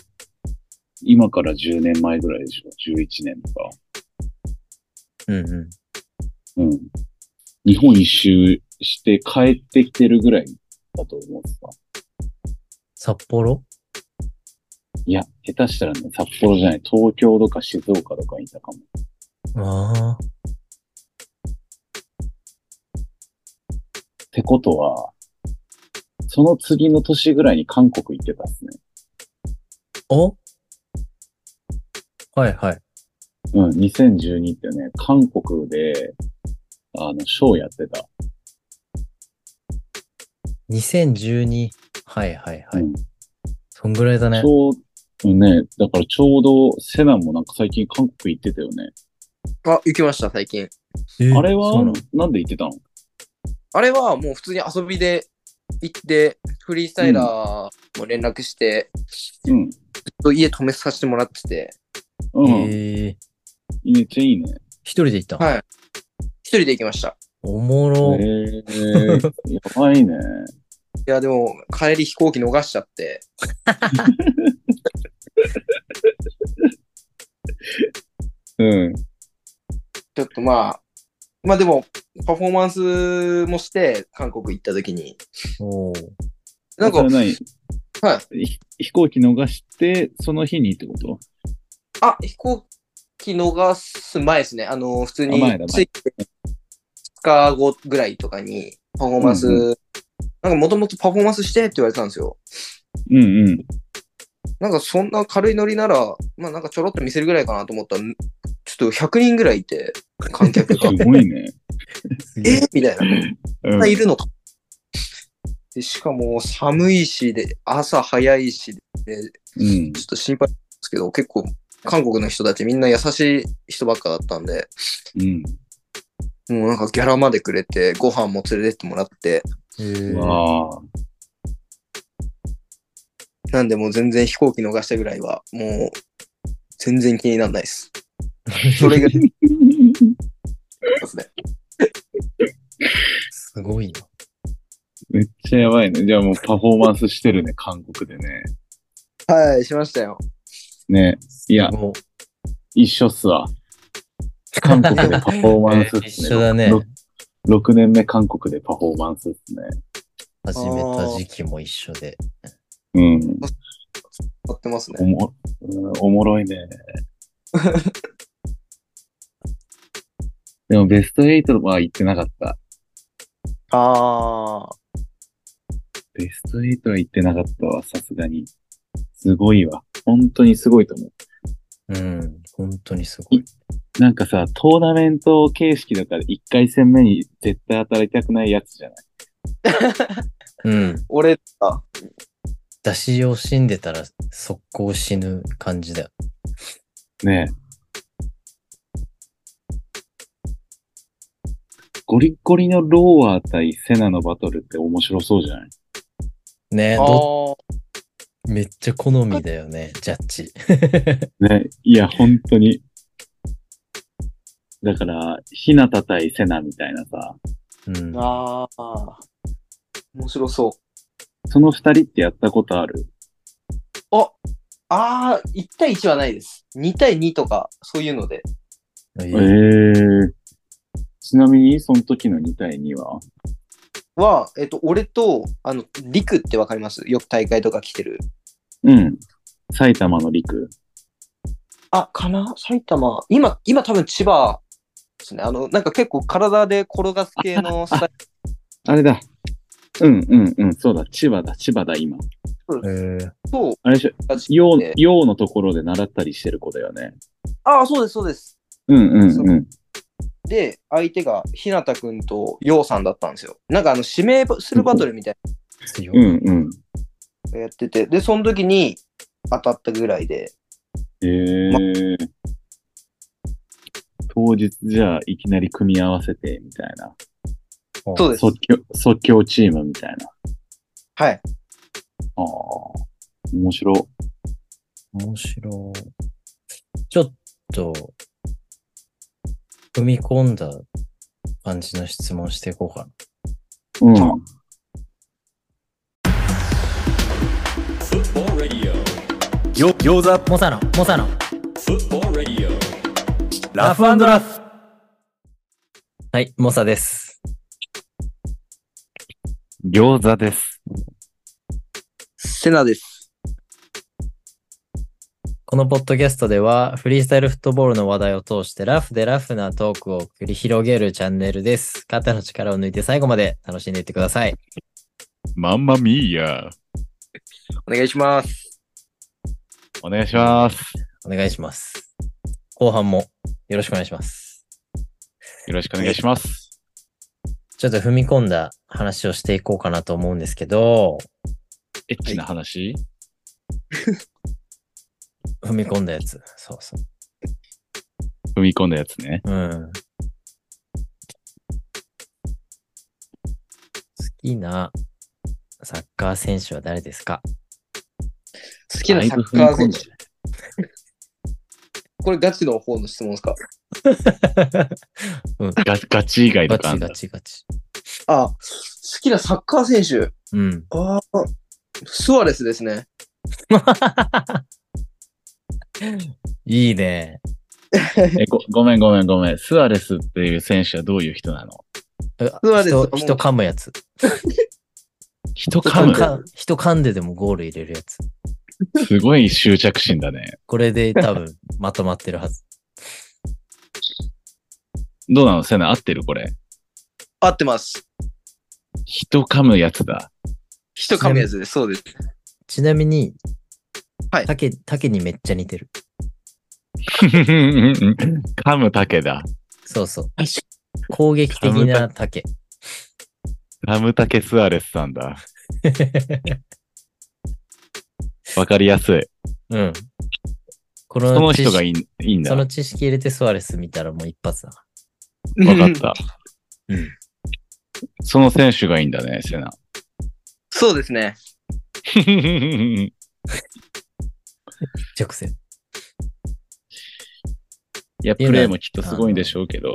B: 今から10年前ぐらいでしょ。11年とか。
A: うんうん。
B: うん。日本一周して帰ってきてるぐらいだと思ってた。
A: 札幌
B: いや、下手したらね、札幌じゃない、東京とか静岡とかにいたかも。
A: ああ、
B: ってことは、その次の年ぐらいに韓国行ってたんですね。
A: おはいはい。
B: うん、2012ってね、韓国で、あの、ショーやってた。
A: 2012。はいはいはい。
B: うん
A: そんぐらいだね
B: ち。ょうど、ね、だからちょうど、セナもなんか最近韓国行ってたよね。
C: あ、行きました、最近。
A: え
B: あれ
A: そう
B: は
A: なの
B: なんで行ってたの
C: あれはもう普通に遊びで行って、フリースタイラーも連絡して、
B: うん。
C: 家止めさせてもらってて、
B: うん。
A: ええ
B: めっちゃいいね。
A: 一人で行った、
C: はい一人で行きました。
A: おも
B: へ
A: ろ。
B: え ー、やばいね。
C: いや、でも帰り飛行機逃しちゃって、
B: うん。
C: ちょっとまあ、まあでも、パフォーマンスもして、韓国行った時に、
A: おお。
C: なんか
B: それ、何。
C: はい
B: ひ飛行機逃して、その日にってこと
C: あ、飛行機逃す前ですね。あの、普通に
B: あ前だ前
C: 着いて2日後ぐらいとかにパフォーマンス、
B: うん
C: なんかもともとパフォーマンスしてって言われてたんですよ。
B: うん うん。
C: なんかそんな軽いノリなら、まあなんかちょろっと見せるぐらいかなと思ったら、んちょっと100人ぐらいいて、観客 が。
B: すごいね。
A: すげ
C: え
A: え
C: みたいな。
B: う
C: まあ
B: ん
C: いるのか。でしかも寒いしで、朝早いしで、
B: うん
C: ちょっと心配なんですけど、結構韓国の人たちみんな優しい人ばっかだったんで、
B: うん。
C: もうなんかギャラまでくれて、ご飯も連れてってもらって、
A: え
B: う
A: ー
B: わあ。
C: なんでもう全然飛行機逃したぐらいは、もう全然気にならない です。それがですね。
A: すごいな。
B: めっちゃやばいね。じゃあもうパフォーマンスしてるね、韓国でね。
C: はい、しましたよ。
B: ね。いや
A: す、ご
B: 一緒っすわ。韓国でパフォーマンスっすね。
A: 一緒だね
B: ろ6年目韓国でパフォーマンスっすね。
A: 始めた時期も一緒で。
B: うん。
C: やってますね
B: お。も、うんおも ろいね。でもベスト8は行ってなかった。
C: ああ。
B: ベスト8は行ってなかったわ、さすがに。すごいわ。本当にすごいと思
A: うん。本当にすごい。
B: う。なんかさ、トーナメント形式だから1回戦目に絶対当たりたくないやつじゃない
A: うん。
C: 俺だ。
A: 出し惜しんでたら速攻死ぬ感じだよ。
B: ねえ。ゴリッゴリのローアー対セナのバトルって面白そうじゃない
A: ね
C: あ
A: ど
C: ー
A: めっちゃ好みだよね、ジャッジ。
B: ねいや、本当に。だから、ひなた対セナみたいなさ、
A: うん。
C: あー。面白そ
B: その二人ってやったことある
C: う。ああー、1対1はないです。2対2とか、そういうので。
A: え
B: ええ
A: ー
B: ちなみに、その時の2対2は
C: は、えっと、俺と、あの、リクってわかりますよく大会とか来てる。
B: うん。埼玉の陸。
C: あ、かな埼玉。今、今多分千葉ですね。あの、なんか結構体で転がす系のスタイ
B: あれだ。うんうんうん、そうだ。千葉だ、千葉だ、今。
A: えー
C: ルと、
B: あれでしょ、よう、ようのところで習ったりしてる子だよね。
C: ああ、そうです、そうです。
B: うんうんうん。
C: で、相手が日向くんと陽さんだったんですよ。なんかあの、指名するバトルみたい
A: 強
B: う
A: い。
B: んうん。
C: なのやってて、で、その時に当たったぐらいで、
B: えー。当日じゃあいきなり組み合わせてみたいな。
C: そうです。
B: 即興、即興チームみたいな。
C: はい。
B: ああ。面白。
A: 面白い。ちょっと、踏み込んだ感じの質問していこうかな。
B: うん。
D: Football Radio.
A: 餃子モサノ、モサノ。
D: Football Radio.
A: ラフラフ。はい、モサです。
B: 餃子です。
C: セナです。
A: このポッドキャストでは、フリースタイルフットボールの話題を通して、ラフでラフなトークを繰り広げるチャンネルです。肩の力を抜いて最後まで楽しんでいってください。
B: マンマミーヤ。
C: お願いします。
B: お願いします。
A: お願いします。後半もよろしくお願いします。
B: よろしくお願いします。
A: ちょっと踏み込んだ話をしていこうかなと思うんですけど、
B: エッチな話、
A: 踏み込んだやつ。そうそ
B: 踏み込んだやつね。
A: う。うん。好きなサッカー選手は誰ですか
C: 好きなサッカー選手。これガチの方の質問ですか
B: ガガチ以外
A: ガ
B: とかあ
A: チ
B: んだ
A: ガチガチ。
C: あ、好きなサッカー選手。
A: うん。
C: ああ、スアレスですね。
A: いいね。
B: えご。ごめんごめんごめん。スアレスっていう選手はどういう人なの
C: うわです
A: 人人噛むやつ。
B: 人
A: 人
B: 噛む。
A: か人噛んででもゴール入れるやつ。
B: すごい執着心だね。
A: これで多 分まとまってるはず。
B: どうなのセナ合ってるこれ。
C: 合ってます。
B: 人噛むやつだ。
C: 人噛むやつです。そうです。
A: ちなみに、
C: はい
A: 竹、竹にめっちゃ似てる。
B: 噛む竹だ。
A: そうそう。攻撃的な竹。
B: 噛む竹スアレスさんだ。わかりやすい。
A: うん。こ
B: その人が
A: い
B: いいいいんだ。
A: そ
B: わ
A: の知識入れてスアレス見たらもう一発だな。
B: かった。
A: うん
B: その選手がいいんだね、セ ナ。
C: そうですね。
A: 一直線。
B: いや、プレーもきっとすごいんでしょうけど。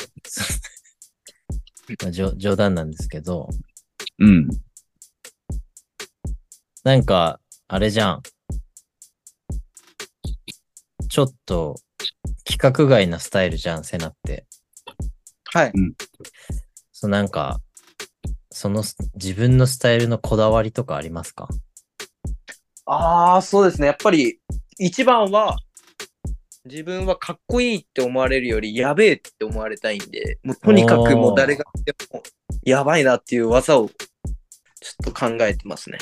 A: まあ冗冗談なんですけど、
B: うん。
A: なんか、あれじゃん。ちょっと、規格外なスタイルじゃん、セナって。
C: はい。
A: そう、なんか、そのス、自分のスタイルのこだわりとかありますか
C: ああ、そうですね。やっぱり、一番は、自分はかっこいいって思われるより、やべえって思われたいんで、もうとにかくもう誰がでも、やばいなっていう技を、ちょっと考えてますね。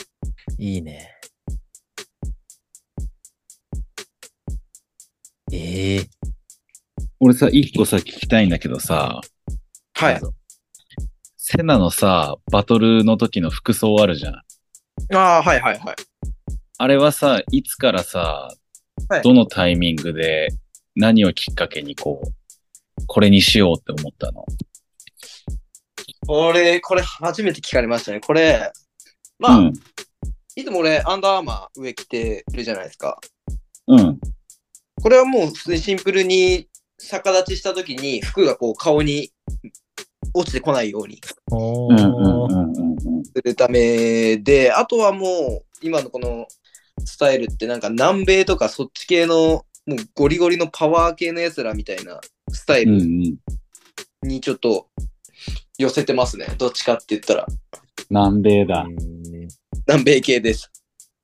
A: いいね。ええ
B: 俺さ、一個さ、聞きたいんだけどさ、
C: はい。
B: セナのさ、バトルの時の服装あるじゃん。
C: ああー、はいはいはい。
B: あれはさ、いつからさ、
C: はい
B: どのタイミングで何をきっかけにこう、これにしようって思ったの
C: これ、これ初めて聞かれましたね。これ、まあ、
B: うん。
C: いつも俺、アンダーアーマー上着てるじゃないですか。
B: うん。
C: これはもう普通にシンプルに逆立ちした時に服がこう顔に落ちてこないように
A: お
B: うんうん
A: ー
B: うんうんうん。
C: するためで、あとはもう今のこのスタイルってなんか南米とかそっち系のもうゴリゴリのパワー系のやつらみたいなスタイ
B: う
C: ル
B: んうん。
C: にちょっと寄せてますね。どっちかって言ったら
B: 南米だ。
A: えー
C: 南米系です。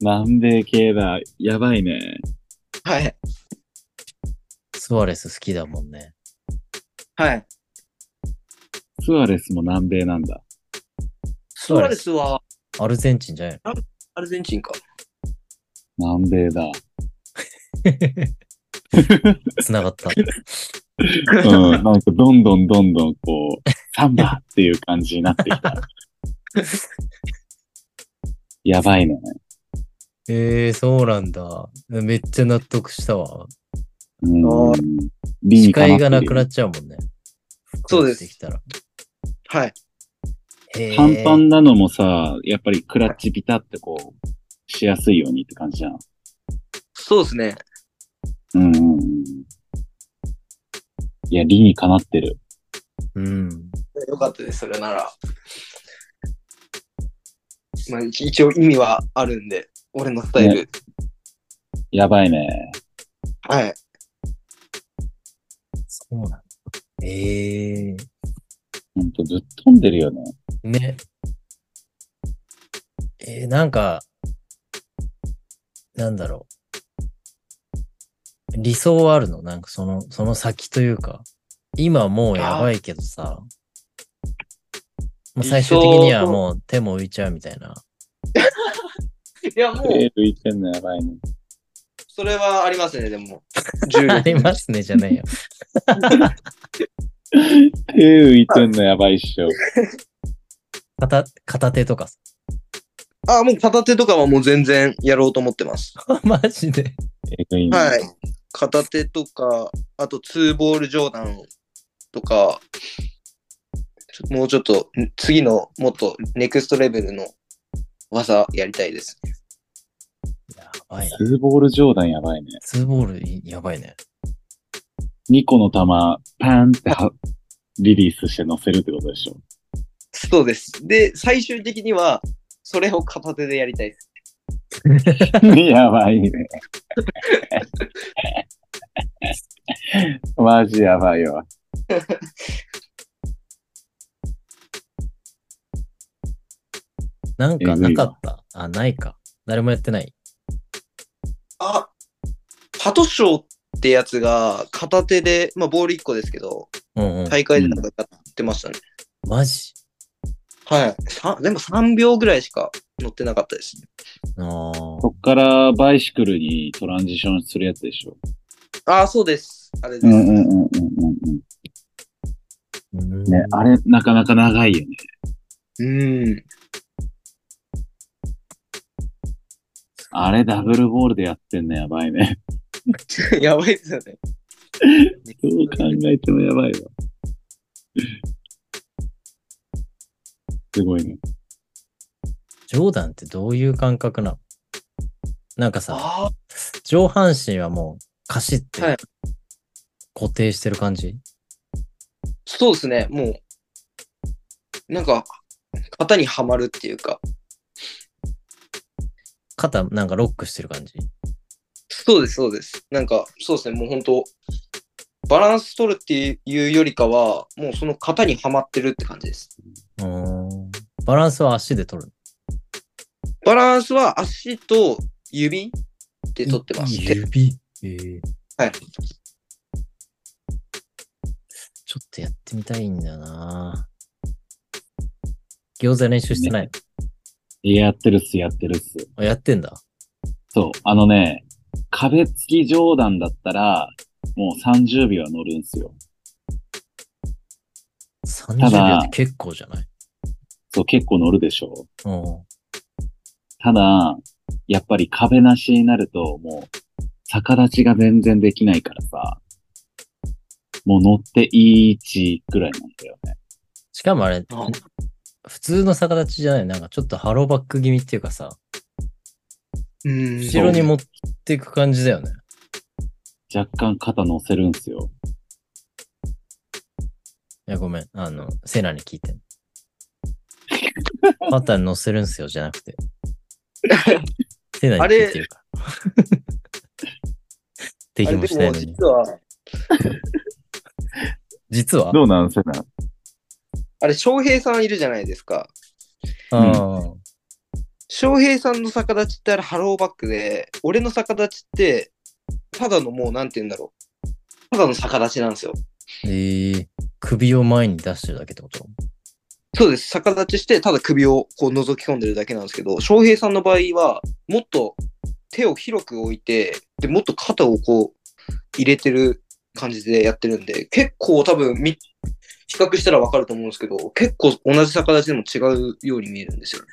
B: 南米系だ。やばいね。
C: はい。
A: スワレス好きだもんね。
C: はい。
B: スアレスも南米なんだ。
C: スアレスは
A: アルゼンチンじ ゃない
C: アルゼンチンか。
B: 南米だ。
A: の繋がった。
B: うん、なんかどんどんどんどんこう、サンバっていう感じになってき た。やばいね。
A: えー、そうなんだ。めっちゃ納得したわ。
B: うん
C: あ。
B: 理
A: 視
B: にか
A: 界
B: って
A: が
B: る
A: なくなっちゃうもんね。
C: そうです
A: 服を着て
C: はい。
A: きたら。
B: 短
A: へー
B: パンなのもさ、やっぱりクラッチビタってこう、しやすいようにって感じじゃん。
C: そうですね。
B: うんうんうん。いや、理にかなってる。
A: うん。
C: よかったです、それなら。まあ、一一応意味はあるんで、俺のスタイル。
B: やばいね。
C: はい。
A: そうなんだ。ええ
B: ほんと、ぶっ飛んでるよね。
A: ー、ね。えー、なんか、なんだろう。理想はあるのなんかその、その先というか、今もうやばいけどさ、もう最終的にはもう手も浮いちゃうみたいな。
C: いや、も
B: え
C: う、
B: ー、浮いてんのやばいね。
C: それはありますね、でも。重
A: あり
C: 力。
A: ますね、じゃない よ。
B: 手浮いてんのやばいっしょ。
A: 片片手とかさ。
C: あ、もう片手とかはもう全然やろうと思ってます。
A: マジで。
B: えぐいね。
C: はい。片手とか、あとツーボールジョーダンとか、ちょもうちょっとん次のもっとネクストレベルの技やりたいです。
A: やばいな。
B: ツーボール冗談やばいね。
A: ツーボールやばいね。
B: 2個の玉、パンってはリリースして乗せるってことでしょ。
C: そうです。で、最終的には、それを片手でやりたいです。
B: やばいね。 マジやばいわ。
A: なんか
B: えぐ
A: ない
B: わ
A: かった。あ、ないか。誰もやってない。
C: あ、パトショーってやつが、片手で、まあボール1個ですけど、
A: うんうん。
C: 大会でなんかやってましたね。
A: マジ
C: はい。さでも3秒ぐらいしか乗ってなかったですね。
A: あー
B: こっからバイシクルにトランジションするやつでしょ。
C: ああ、そうです。あれです。
B: うんうんうんうんうん
A: うん。
B: うん。ね、あれ、なかなか長いよね。
C: うん。
B: あれ、ダブルボールでやってんのやばいね。
C: やばいですよね。
B: どう考えてもやばいわ。すごいね。
A: ジョーダンってどういう感覚なのなんかさ、
C: あ
A: 上半身はもうカシッ
C: は
A: て
C: い
A: 固定してる感じ、
C: そうですね、もう、なんか、型にはまるっていうか、
A: 肩なんかロックしてる感じ
C: そうです、そうです。なんか、そうですね、もう本当、バランス取るっていうよりかは、もうその型にはまってるって感じです。
A: うーん。バランスは足で取る
C: バランスは足と指で取ってます。手
A: 指。えー
C: はい。
A: ちょっとやってみたいんだよな餃子練習してない、
B: やってるっす、やってるっす。
A: あやってんだ。
B: そう、あのね、壁付き冗談だったら、もう30秒は乗るんすよ。
A: 30秒って結構じゃない
B: そう、結構乗るでしょ。
A: うん。
B: ただ、やっぱり壁なしになると、もう、逆立ちが全然できないからさ、もう乗っていい位置くらいなんだよね。
A: しかもあれ
C: あ、
A: 普通の逆立ちじゃない、なんかちょっとハローバック気味っていうかさ、
C: うん
A: 後ろに持っていく感じだよね。
B: 若干肩乗せるんすよ。
A: いや、ごめん。あの、 セナに聞いて。肩に乗せるんすよ、じゃな くて。セナに聞いてるから。で
C: あ
A: き
C: れ
A: も
C: で
A: しない
C: も
A: のに。
C: 実は、
A: 実は
B: うなんせな。
C: あれ、翔平さんいるじゃないですか。
A: ああ。
C: 翔平さんの逆立ちってあれハローバックで、俺の逆立ちって、ただのもうなんて言うんだろう。ただの逆立ちなんですよ。
A: ええ首を前に出してるだけってこと
C: そうです。逆立ちして、ただ首をこう覗き込んでるだけなんですけど、翔平さんの場合は、もっと手を広く置いて、で、もっと肩をこう入れてる感じでやってるんで、結構多分み、比較したらわかると思うんですけど、結構同じ逆立ちでも違うように見えるんですよね。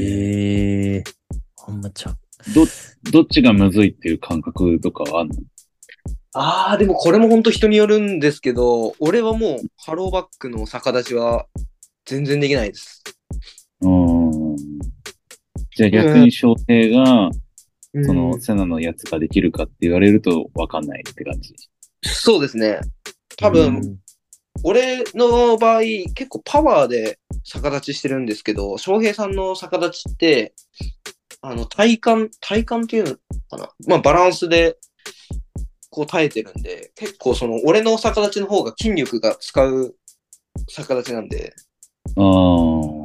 A: ええー。あんまちゃう。
B: ど、どっちがむずいっていう感覚とかはあんの
C: ああ、でもこれも本当人によるんですけど、俺はもうハローバックの逆立ちは全然できないです。
B: うーん。じゃあ逆に翔平が、そ
C: うん
B: の、セナのやつができるかって言われるとわかんないって感じ。
C: そうですね。多分、俺の場合、結構パワーで逆立ちしてるんですけど、翔平さんの逆立ちって、あの、体幹、体幹っていうのかなまあ、バランスで、こう耐えてるんで、結構その、俺の逆立ちの方が筋力が使う逆立ちなんで、
B: あー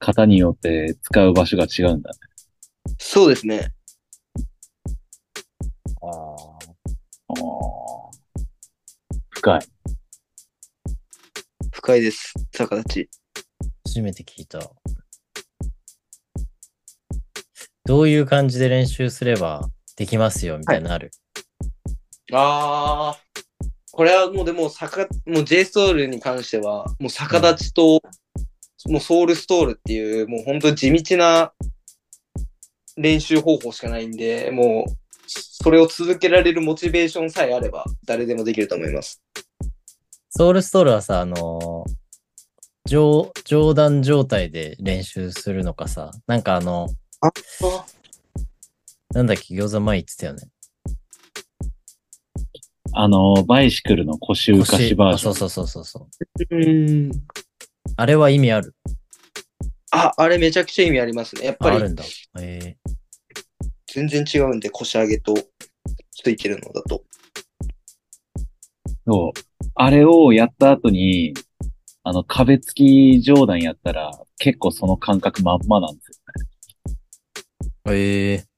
B: 型によって使う場所が違うんだね。
C: そうですね。
A: ああ。
B: あー深い。
C: 深いです、逆立ち。
A: 初めて聞いた。どういう感じで練習すればできますよみたいなのある。
C: ああ。これはもうでも、逆、もう JSTOL に関しては、もう逆立ちと、もうソウルストールっていう、もう本当地道な練習方法しかないんで、もう、それを続けられるモチベーションさえあれば、誰でもできると思います。
A: ソウルストールはさ、あのー上、上段状態で練習するのかさ、なんかあの、なんだっけ、餃子前言ってたよね。
B: あの、バイシクルの腰浮かしバー
A: あ
B: ジョ
A: そ
B: ン
A: う。そうそうそうそう。
C: うん。
A: あれは意味ある。
C: あ、あれめちゃくちゃ意味ありますね。やっ
A: あ
C: ぱ
A: ある
C: り
A: んだ。え
C: 全然違うんで、腰上げとついてるのだと。
B: そう。あれをやった後に、あの、壁付き上段やったら、結構その感覚まんまなんですよね。
A: ー、えー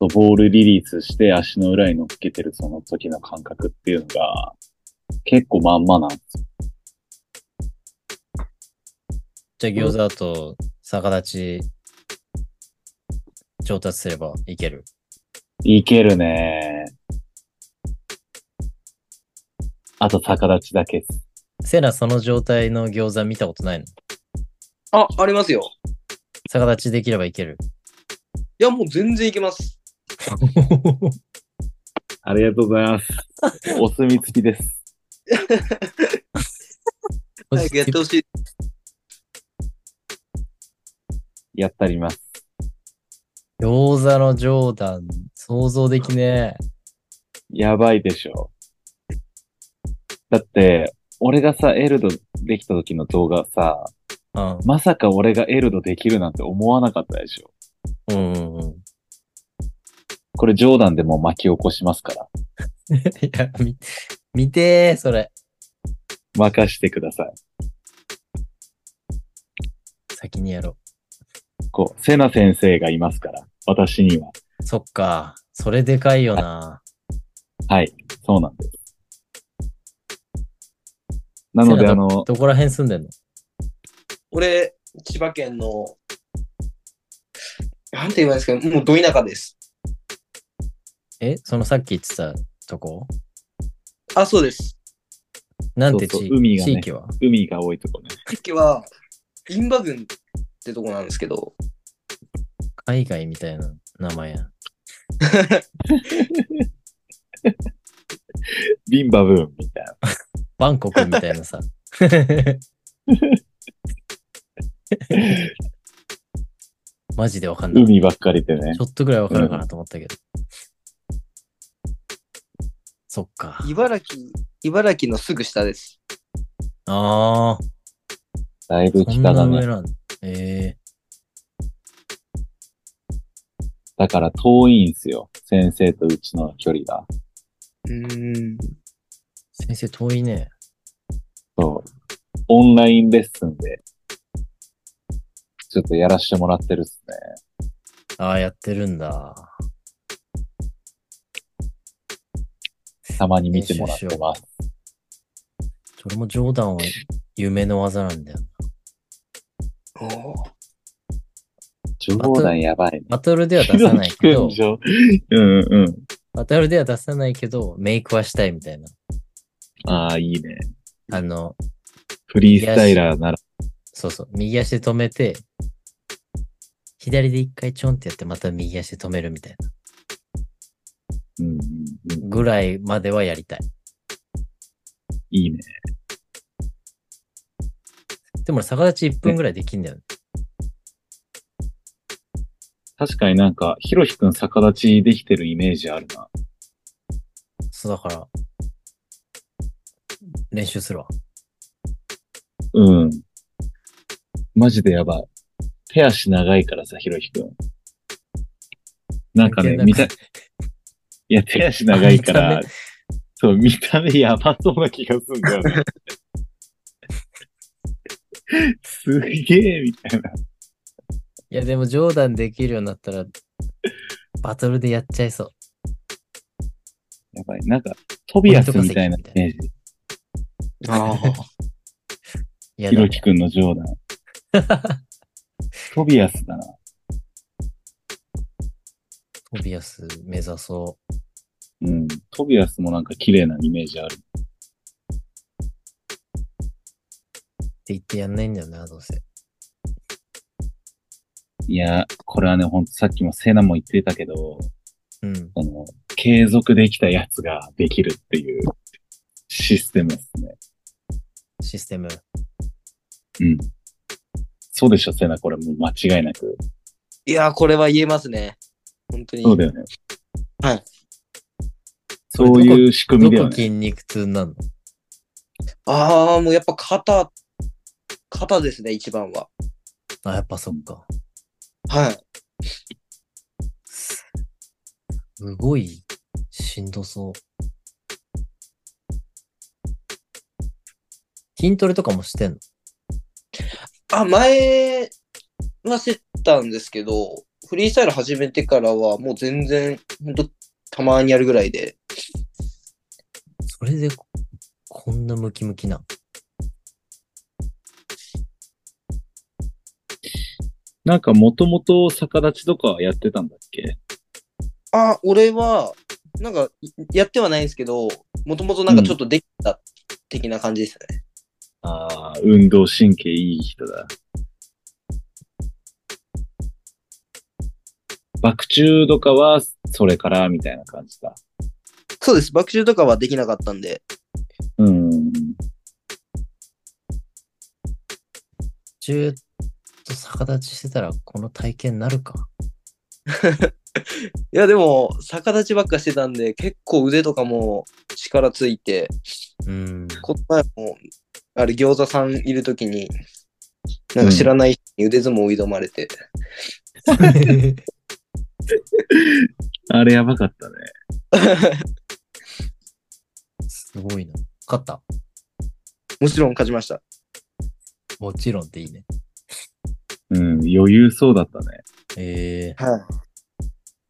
B: そうボールリリースして足の裏に乗っけてるその時の感覚っていうのが、結構まんまなんですよ。
A: じゃあ餃子だと逆立ち上達すればいける。
B: いけるねあと逆立ちだけっす。
A: セラその状態の餃子見たことないの
C: あ、ありますよ。
A: 逆立ちできればいける。
C: いや、もう全然いけます。
B: ありがとうございます。 お墨付きです。
C: 早くやってほしい。
B: やったります。
A: 餃子の上段、想像できね
B: やばいでしょ。だって、俺がさ、エルドできた時の動画さ、
A: え。うん
B: まさか俺がエルドできるなんて思わなかったでしょ。。
A: うんうんうん。
B: これ冗談でもう巻き起こしますから。
A: いや、み見てー、それ。
B: 任してください。
A: 先にやろ
B: こう、セナ先生がいますから。私には。
A: う。そっか。それでかいよな。
B: はい。そうなんです。なの
A: セ
B: で、
A: ラ
B: あ
A: ど
B: の、
A: どこら辺住んでんの
C: 俺、千葉県の、なんて言えばいいんですかね、もうど田舎です。
A: えそのさっき言ってたとこ
C: あ、そうです。
A: なんて地
B: そうそう海がね
A: 地域は
B: 海が多いとこね。
C: 地域は、インバ郡ってとこなんですけど、
A: 海外みたいな名前や。
B: ビンバブーンみたいな。
A: バンコクみたいな さ。マジでわかんない。
B: 海ばっかりでね
A: ち。ょっとぐらいわかるかなと思ったけど。そっか。
C: 茨城、茨城のすぐ下です。
A: ああ、
B: だいぶ
A: こん
B: 北
A: な
B: だ
A: 上
B: ね。
A: なんだ。ええ
B: だから遠いんすよ。先生とうちの距離が。
C: うーん。
A: 先生遠いね。
B: そう。オンラインレッスンで、ちょっとやらしてもらってるっすね。
A: ああ、やってるんだ。
B: たまに見てもらってます。
A: それも冗談は夢の技なんだよ。
C: おー
B: 冗談やばいね。
A: バトルでは出さない
B: ひ
A: け
B: ろ
A: ど
B: き、くんじょうんうん。
A: バトルでは出さないけど、メイクはしたいみたいな。
B: ああ、いいね。
A: あの、
B: フリースタイラーなら、
A: そうそう、右足で止めて、左で一回ちょんってやって、また右足で止めるみたいな。
B: うんうんうん、
A: ぐらいまではやりたい。
B: いいね。
A: でも、逆立ち1分ぐらいできんだよね。
B: 確かになんか、ひろひくん逆立ちできてるイメージあるな。
A: そうだから、練習するわ。
B: うん。マジでやばい。手足長いからさ、ひろひくん。なんか
A: 関係
B: ね、
A: なく
B: 見た、いや、手足長いか
A: あ
B: ら
A: 見、
B: そう、見た目やばそうな気がするんだ よね。すげえ、みたいな。
A: いや、でも、冗談できるようになったら、バトルでやっちゃいそう。
B: やばい。なんか、トビアスみたいなイメージ。
C: ああ。
A: いや
B: ひ
A: だ
B: ろきくんの冗談。 トビアスだな。
A: トビアス目指そ
B: うん。トビアスもなんか綺麗なイメージある。
A: うって言ってやんないんだよな、どうせ。
B: いや、これはね、ほんとさっきもセナも言ってたけど、
A: うん。
B: その、継続できたやつができるっていうシステムですね。
A: システム。
B: うん。そうでしょ、セナ、これもう間違いなく。
C: いやー、これは言えますね。本当に。
B: そうだよね。
C: はい。
B: そういう仕組
A: ど
B: みだよ
A: こ
B: ね。
A: 筋肉痛なの
C: ああ、もうやっぱ肩、肩ですね、一番は。
A: あ、やっぱそっか。
C: はい。
A: すごいしんどそう。筋トレとかもしてんの
C: あ、前はしてたんですけど、フリースタイル始めてからはもう全然、ほんとたまにやるぐらいで。
A: それでここんなムキムキな。
B: なんか、もともと逆立ちとかやってたんだっけ
C: あ、俺は、なんか、いやってはないんですけど、もともとなんかちょっとできた的な感じですね。
B: ああ、運動神経いい人だ。バク宙とかは、それから、みたいな感じだ。
C: そうです。爆中とかはできなかったんで。
B: うん。
A: 中と逆立ちしてたらこの体験になるか。
C: いや、でも、逆立ちばっかしてたんで、結構腕とかも力ついて、
A: うん。
C: この前も、あれ、餃子さんいるときに、なんか知らない人に腕相撲を挑まれて、
B: あれやばかったね。
A: すごいな。勝った
C: もちろん勝ちました。
A: もちろんっていいね。
B: うん、余裕そうだったね。
A: ええ
C: は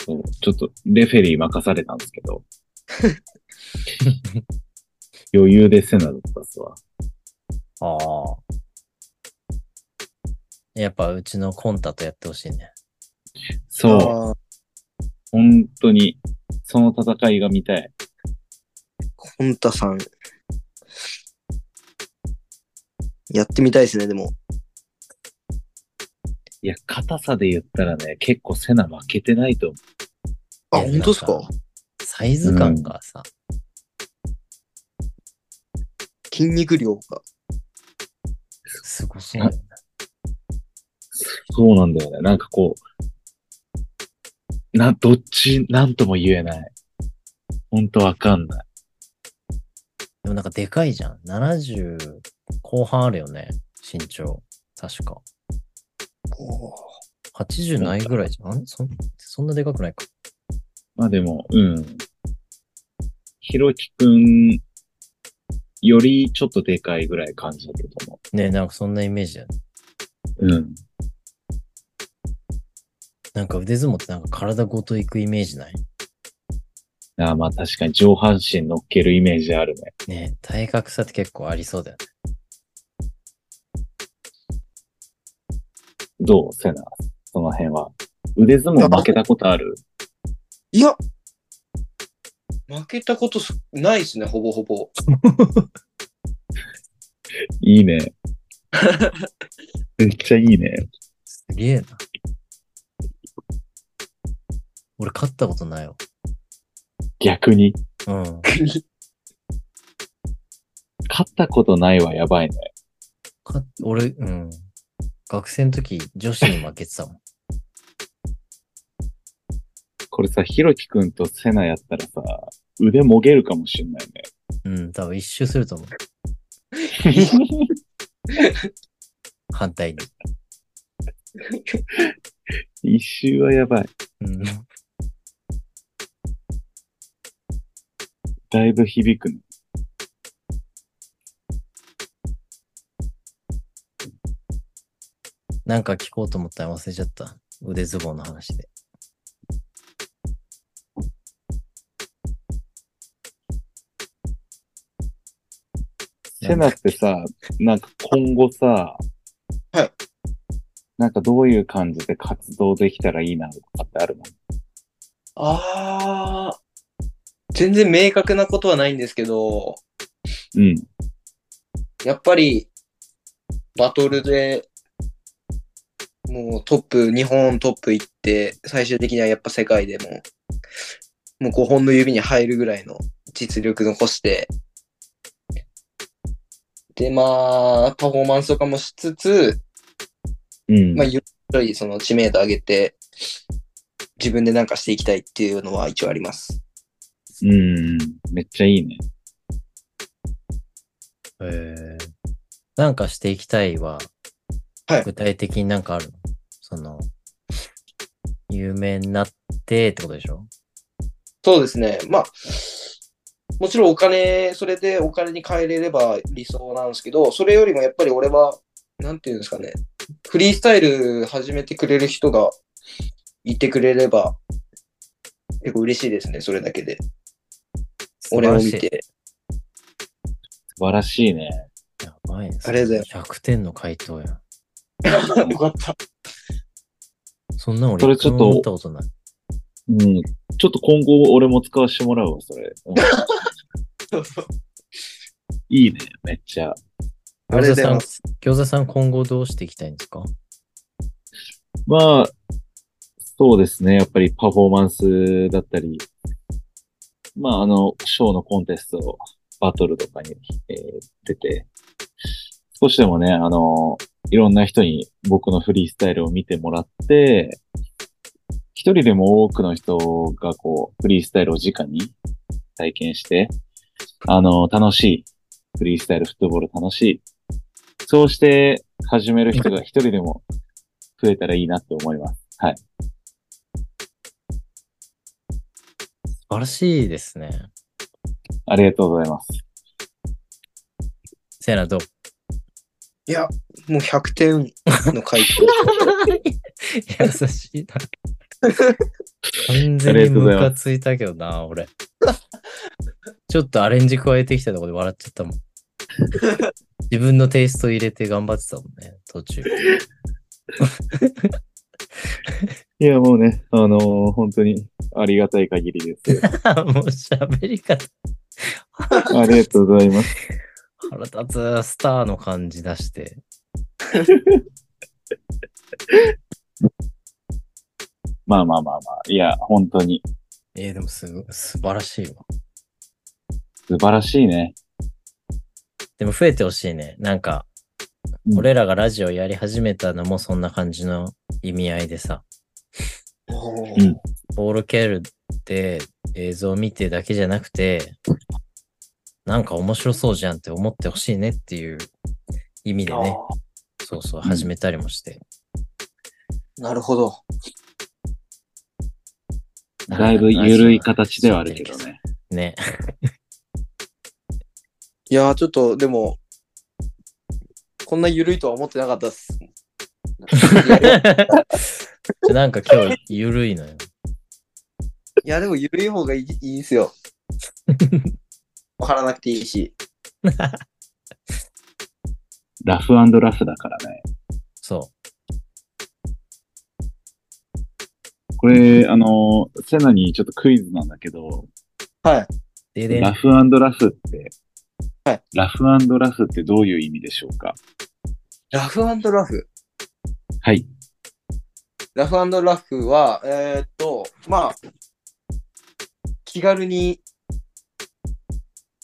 B: そうちょっと、レフェリー任されたんですけど。余裕でセナだったっすわ。
A: ああ。やっぱうちのコンタとやってほしいね。
C: い。
B: そう、
C: あー
B: 本当に、その戦いが見たい。
C: コンタさん。やってみたいですね、でも。
B: いや、硬さで言ったらね、結構セナ負けてないと思
C: あ、
A: いや
C: 本当ですか
A: なんサイズ感がさ、
C: 筋肉量が。
A: すごそうだよね。
B: う。そうなんだよね。なんかこう、な、どっち、なんとも言えない。ほんとわかんない。
A: でもなんかでかいじゃん。70後半あるよね。身長。確か。80ないぐらいじゃん。あんそんそんなでかくないか。
B: まあでも、うん。ひろきくん、よりちょっとでかいぐらい感じだったと思う。
A: ねえ、なんかそんなイメージだよね。
B: うん。
A: なんか腕相撲ってなんか体ごと行くイメージない
B: ああまあ確かに上半身乗っけるイメージあるね。
A: ねえ、体格差って結構ありそうだよね。
B: どうセナ、その辺は。腕相撲負けたことある
C: いや、負けたことすないですね、ほぼほぼ。
B: いいね。めっちゃいいね。
A: すげえな。俺、勝ったことないよ。
B: 逆に。
A: うん。
B: 勝ったことないはやばいね。
A: か俺、うん。学生の時、女子に負けてたもん。
B: これさ、ひろきくんとセナやったらさ、腕もげるかもしんないね。
A: うん、多分一周すると思う。反対に。
B: 一周はやばい。
A: うん。
B: だいぶ響くね。
A: なんか聞こうと思ったら忘れちゃった。腕相撲の話で。
B: セナってさ、なんか今後さ、
C: はい。
B: なんかどういう感じで活動できたらいいなとかってあるの
C: ああ、全然明確なことはないんですけど、
B: うん。
C: やっぱり、バトルで、もうトップ、日本トップ行って、最終的にはやっぱ世界でも、もう5本の指に入るぐらいの実力残して、で、まあ、パフォーマンスとかもしつつ、
B: うん。
C: まあ、より良いその知名度上げて、自分でなんかしていきたいっていうのは一応あります。
B: うん。めっちゃいいね。
A: えー、なんかしていきたいは、
C: はい
A: 具体的になんかあるのその、有名になってってことでしょ
C: そうですね。まあ、もちろんお金、それでお金に変えれれば理想なんですけど、それよりもやっぱり俺は、なんていうんですかね、フリースタイル始めてくれる人がいてくれれば、結構嬉しいですね、それだけで。俺を見
A: 素晴らしい。
C: て。
B: 素晴らしいね。
A: やばいね。
C: ありがとうござい
A: 100点の回答やん。
C: よかった。
A: そんな俺
B: それ
A: 一回も
B: ちょっと
A: 思ったことない。
B: うん。ちょっと今後俺も使わせてもらうわ、それ。 うん、いいね。めっちゃ。
C: あれ
A: 餃子
C: で
A: さん、
C: も
A: 餃子さん今後どうしていきたいんですか
B: まあ、そうですね。やっぱりパフォーマンスだったり、まあ、あの、ショーのコンテスト、バトルとかに、えー出て、少しでもね、あの、いろんな人に僕のフリースタイルを見てもらって、一人でも多くの人がこう、フリースタイルを直に体験して、あの、楽しい。フリースタイルフットボール楽しい。そうして始める人が一人でも増えたらいいなって思います。はい。
A: 素晴らしいですね。
B: ありがとうございます。
A: せやな、どう
C: いや、もう100点の回答。
A: 優しいな。完全にムカついたけどな、俺。ちょっとアレンジ加えてきたところで笑っちゃったもん。自分のテイスト入れて頑張ってたもんね、途中。
B: いや、もうね、あのー本当にありがたい限り ですよ。
A: もう喋り方、
B: ありがとうございます。
A: 腹立つ、スターの感じ出して。
B: まあまあまあまあ。いや、本当に
A: えー、でもすご、素晴らしいわ。
B: 素晴らしいね。
A: でも増えてほしいね。なんか
B: う、ん
A: 俺らがラジオやり始めたのもそんな感じの意味合いでさ、
B: うん
A: ボールケールで映像を見てだけじゃなくて、なんか面白そうじゃんって思ってほしいねっていう意味でね、
C: あ
A: そうそう、
B: うん
A: 始めたりもして。
C: ーなるほど。
B: だいぶ緩い形ではあるけどね。
A: ね。
C: いやー、ちょっと、でも、こんな緩いとは思ってなかったっす。
A: なんか今日緩いのよ。
C: いや、でも緩い方がいいいいですよ。わからなくていいし。
B: ラフラフだからね。
A: そ
B: これ、あのーセナにちょっとクイズなんだけど、
C: はい。
A: ででん
B: ラフラフって、
C: はい
B: ラフラフってどういう意味でしょうか
C: ラフラフ。
B: はい。
C: ラフラフは、えーっと、まあ、気軽に、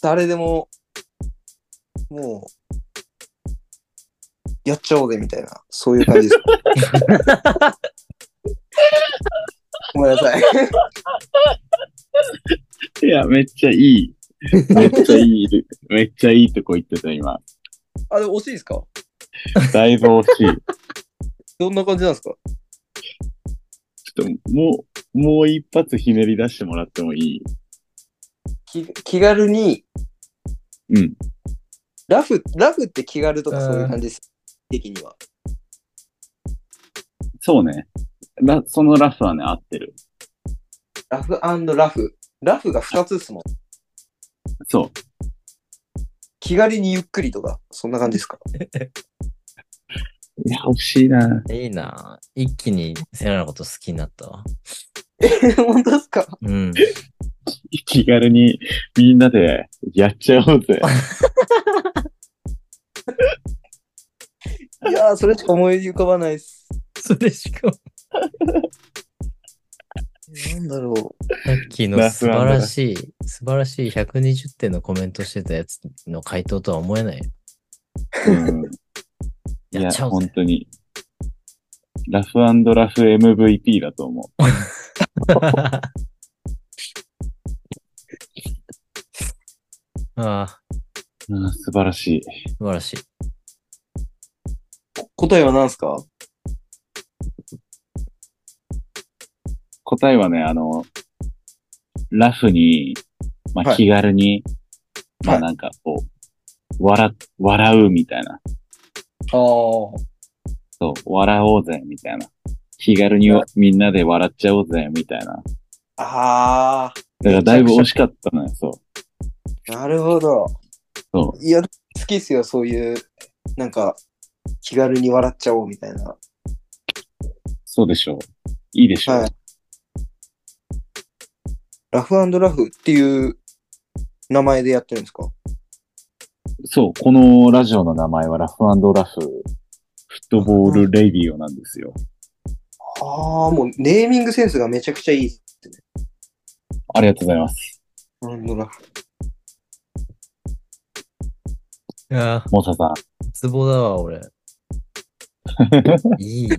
C: 誰でも、もう、やっちゃおうぜみたいな、そういう感じです。ごめんなさい。
B: いや、めっちゃいい。めっちゃいい。めっちゃいいとこ行ってた、今。
C: あ、でも惜しいですか
B: だいぶ惜しい。
C: どんな感じなんですか
B: ちょっと、もう、もう一発ひねり出してもらってもいい
C: 気気軽に、
B: うん。
C: ラフ、ラフって気軽とかそういう感じです。的には。
B: そうね。ラそのラフはね、合ってる。
C: ラフラフ。ラフが2つですもん。
B: そう。
C: 気軽にゆっくりとか、そんな感じですか
B: いや、惜しいな。
A: いいなぁ一気にセラのこと好きになったわ。
C: え、本当ですか
A: うん。
B: 気軽にみんなでやっちゃおう ぜ。
C: いやー、それしか思い浮かばないっす。
A: それしかも、
C: なんだろう。
A: さっきの素晴らしい、素晴らしい120点のコメントしてたやつの回答とは思えない。
B: うん、い
A: や
B: や、
A: っちゃおうぜ
B: 本当に。ラフラフ MVP だと思う。
A: ああ、
B: うん、素晴らしい。
A: 素晴らしい。
C: 答えは何すか
B: 答えはね、あの、ラフに、ま
C: は
B: あ、
C: い
B: 気軽に、ま
C: は
B: あ、
C: い
B: なんかこう、笑、笑うみたいな。
C: ああ。
B: そう、笑おうぜみたいな。気軽に
C: は
B: みんなで笑っちゃおうぜみたいな。
C: あ
B: だからだいぶ惜しかったのよ、そう。
C: あ。なるほど。
B: そ
C: いや、好きっすよ、そういう、なんか、気軽に笑っちゃおうみたいな。
B: そうでしょう。いいでしょう。
C: はいラフラフっていう名前でやってるんですか
B: そう、このラジオの名前はラフラフ、フットボールレディオなんですよ。
C: ああ、もうネーミングセンスがめちゃくちゃいいっす。
B: ありがとうございます。
C: ラフラフ。
A: いや
B: モーサさん。
A: ー、ツボだわ、俺。いい。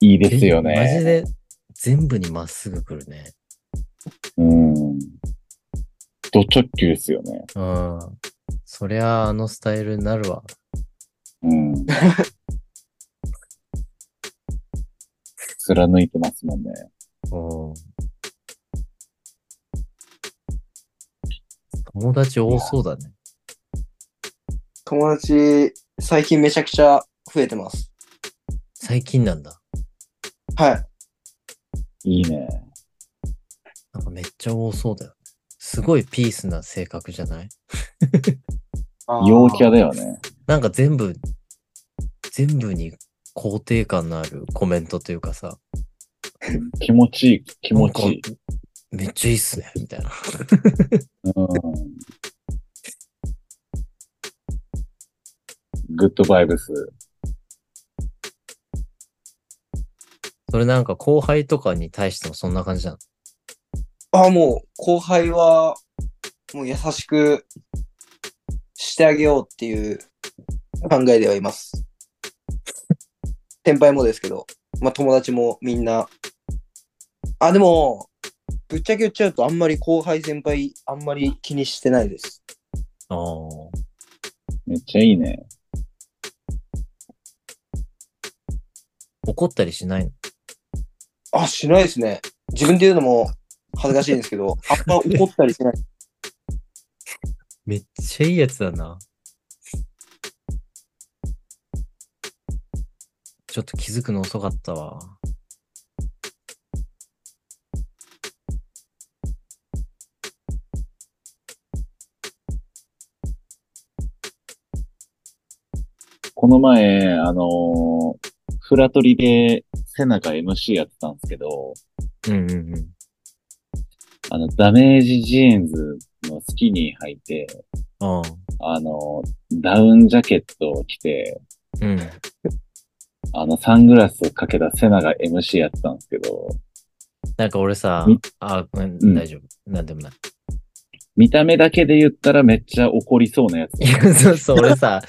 B: いいですよ
A: マジ
B: ね。
A: で全部にまっすぐ来るね。
B: うん。ド直球ですよね。
A: うん。そりゃあ、あのスタイルになるわ。
B: うん。貫いてますもんね。
A: うん。友達多そうだね。
C: 友達、最近めちゃくちゃ増えてます。
A: 最近なんだ。
C: は
B: い
C: い。
B: いね。
A: なんかめっちゃ多そうだよ。すごいピースな性格じゃない
C: あー
B: 陽キャだよね。
A: なんか全部、全部に肯定感のあるコメントというかさ、
B: 気持ちいい、気持ちいい。
A: めっちゃいいっすね、みたいな。
B: うん。グッドバイブス。
A: それなんか後輩とかに対してもそんな感じなの。
C: ああ、もう後輩は、もう優しくしてあげようっていう考えではいます。先輩もですけど、まあ友達もみんな。あ、でも、ぶっちゃけ言っちゃうとあんまり後輩先輩あんまり気にしてないです。
A: あ
B: めっちゃいいね。
A: あ。怒ったりしないの
C: あ、しないですね。自分で言うのも恥ずかしいんですけど、あんま怒ったりしない。
A: めっちゃいいやつだな。ちょっと気づくの遅かったわ。
B: この前、あのーフラトリで、セナが MC やってたんですけど、
A: うんうんうん。
B: あの、ダメージジーンズのスキニー履いて、
A: ああ。
B: あの、ダウンジャケットを着て、
A: うん。
B: あの、サングラスをかけたセナが MC やってたんですけど、
A: なんか俺さ
B: み、
A: あ、うん
B: うん
A: 大丈夫。なんでもない。
B: 見た目だけで言ったらめっちゃ怒りそうなやつ。
A: いや、そう そう、俺さ、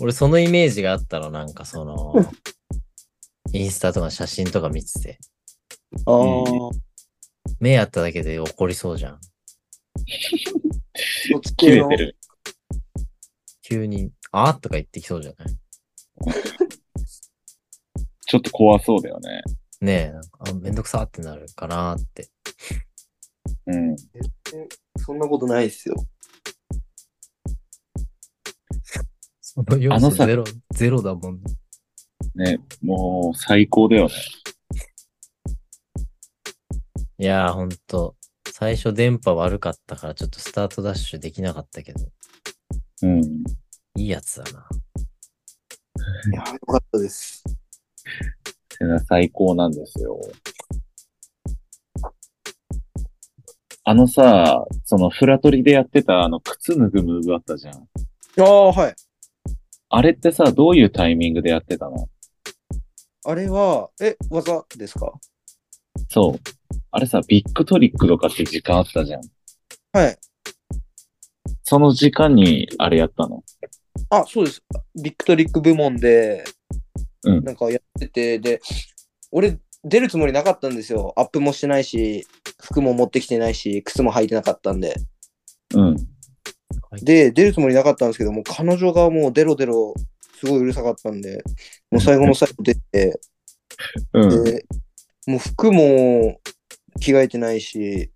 A: 俺そのイメージがあったの、なんかそ の、インスタとか写真とか見てて、
C: あ
B: うん
C: ー
A: 目あっただけで怒りそうじゃん。
C: そっ
B: 切
C: ち系
B: れ
C: の
B: てる。
A: 急に、あーとか言ってきそうじゃない
B: ちょっと怖そうだよね。
A: ねえ、なんかあ、めんどくさーってなるかなーって。
B: うん。
C: そんなことないですよ。
A: その 要
B: あ
A: 素
B: のさ
A: ゼロ、ゼロだもん、ね。
B: ね、もう最高だよね。
A: いやー、ほんと。最初電波悪かったから、ちょっとスタートダッシュできなかったけど、
B: うん。
A: いいやつだな。
C: いや、よかったです。
B: セナ最高なんですよ。あのさ、そのフラトリでやってたあの靴脱ぐムーブあったじゃん。
C: ああ、はい。
B: あれってさ、どういうタイミングでやってたの
C: あれは、え、技ですか
B: そう。あれさ、ビッグトリックとかって時間あったじゃん。
C: はい。
B: その時間にあれやったの。
C: あ、そうです。ビックトリック部門で、
B: うん
C: なんかやってて、で、俺、出るつもりなかったんですよ。アップもしてないし、服も持ってきてないし、靴も履いてなかったんで。
B: うん。
C: で、出るつもりなかったんですけど、もう彼女がもうデロデロ、すごいうるさかったんで、もう最後の最後出て、
B: うん。
C: でもう服も着替えてないし、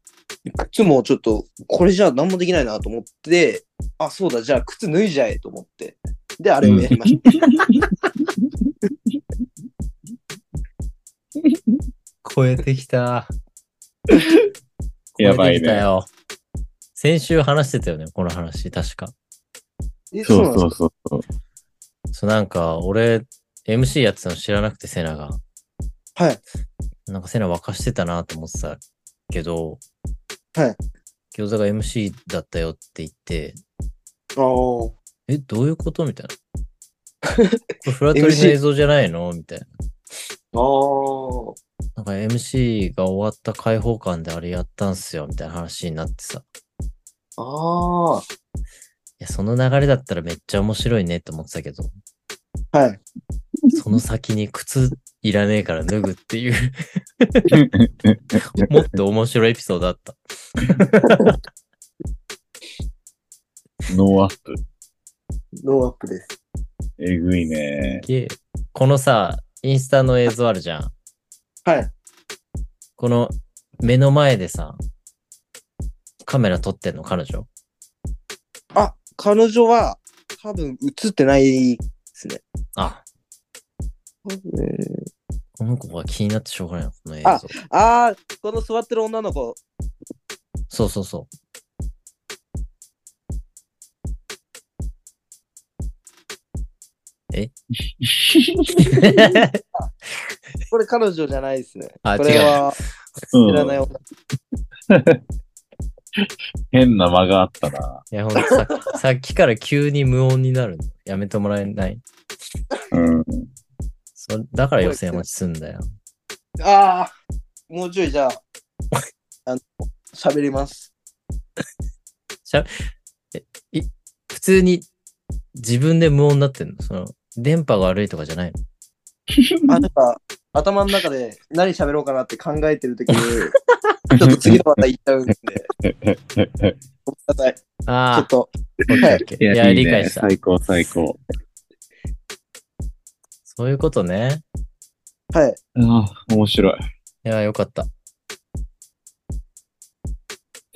C: 靴もちょっと、これじゃ何もできないなと思って、あ、そうだ、じゃあ靴脱いじゃえと思って。で、あれをやり ました。
A: 超えてきた。
B: やば
A: 超え
B: いね
A: てきたよ。先週話してたよね、この話、確か。
C: え
B: そう
C: なんです
B: そ
C: か
B: うそうそう。
A: そう、なんか、俺、MC やってたの知らなくて、セナが。
C: はい。
A: なんか、セナ沸かしてたなと思ってたけど、
C: はい。
A: 餃子が MC だったよって言って、
C: ああ。
A: え、どういうことみたいな。 これフラトリの
C: MC
A: 映像じゃないのみたいな。
C: ああ。
A: なんか MC が終わった開放感であれやったんすよ、みたいな話になってさ。
C: あ
A: いや、その流れだったらめっちゃ面白いねって思ってたけど、
C: あ。はい。
A: その先に靴いらねえから脱ぐっていう、もっと面白いエピソードだった。
B: ノーアップ。
C: ノーアップです。
B: えぐいね。
A: でこのさ、インスタの映像あるじゃん。
C: はい。
A: この目の前でさ、カメラ撮ってんの、彼女。
C: あ、彼女は多分映ってないですね。
A: あ、この子が気になってしょうがないの、この映像
C: あ。ああ、この座ってる女の子。
A: そうそうそう。
C: これ彼女じゃないですね。
A: あ
C: これは
B: うん
C: 知らない女の
B: 変な間があったな。
A: いや、ほんとさ さっきから急に無音になるの。やめてもらえない。
B: うん。
A: そだから予選落ちすんだよ。
C: 子。ああ、もうちょいじゃあ、あの、喋ります。
A: 普通に自分で無音になってんの。その、電波が悪いとかじゃないの。
C: あ、なんか、頭の中で何喋ろうかなって考えてるときに、ちょっと次の話題行っちゃうんで、ごめんなさい。ちょっ
A: あ
C: と、
A: あ、
C: はい
A: OK OK いや、
B: いい
A: 理
B: ね
A: 解した。
B: 最高、最高。
A: そういうことね。
C: はい。
B: ああ、面白い。
A: いや、よかった。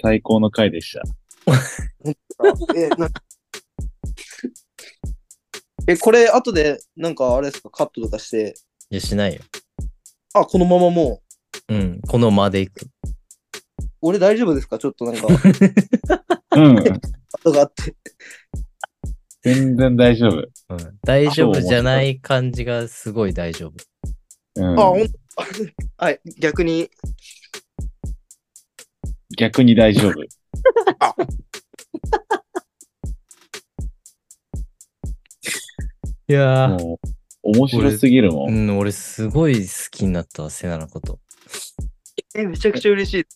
B: 最高の回でした。
C: え、なんかえ、これ、後で、なんか、あれですか、カットとかして、
A: いや、しないよ。
C: あ、このままもう、
A: うん。この間でいく。
C: 俺大丈夫ですかちょっとなんか、
B: うん。
C: 後があって。
B: 全然大丈夫。
A: うん、大丈夫じゃない感じがすごい大丈夫。
B: うん
C: あ、ほんはい、逆に、
B: 逆に大丈夫。
A: いやー、
B: もう、面白すぎるも。
A: うんん、俺すごい好きになったわ、セナのこと。
C: え、めちゃくちゃ嬉しい。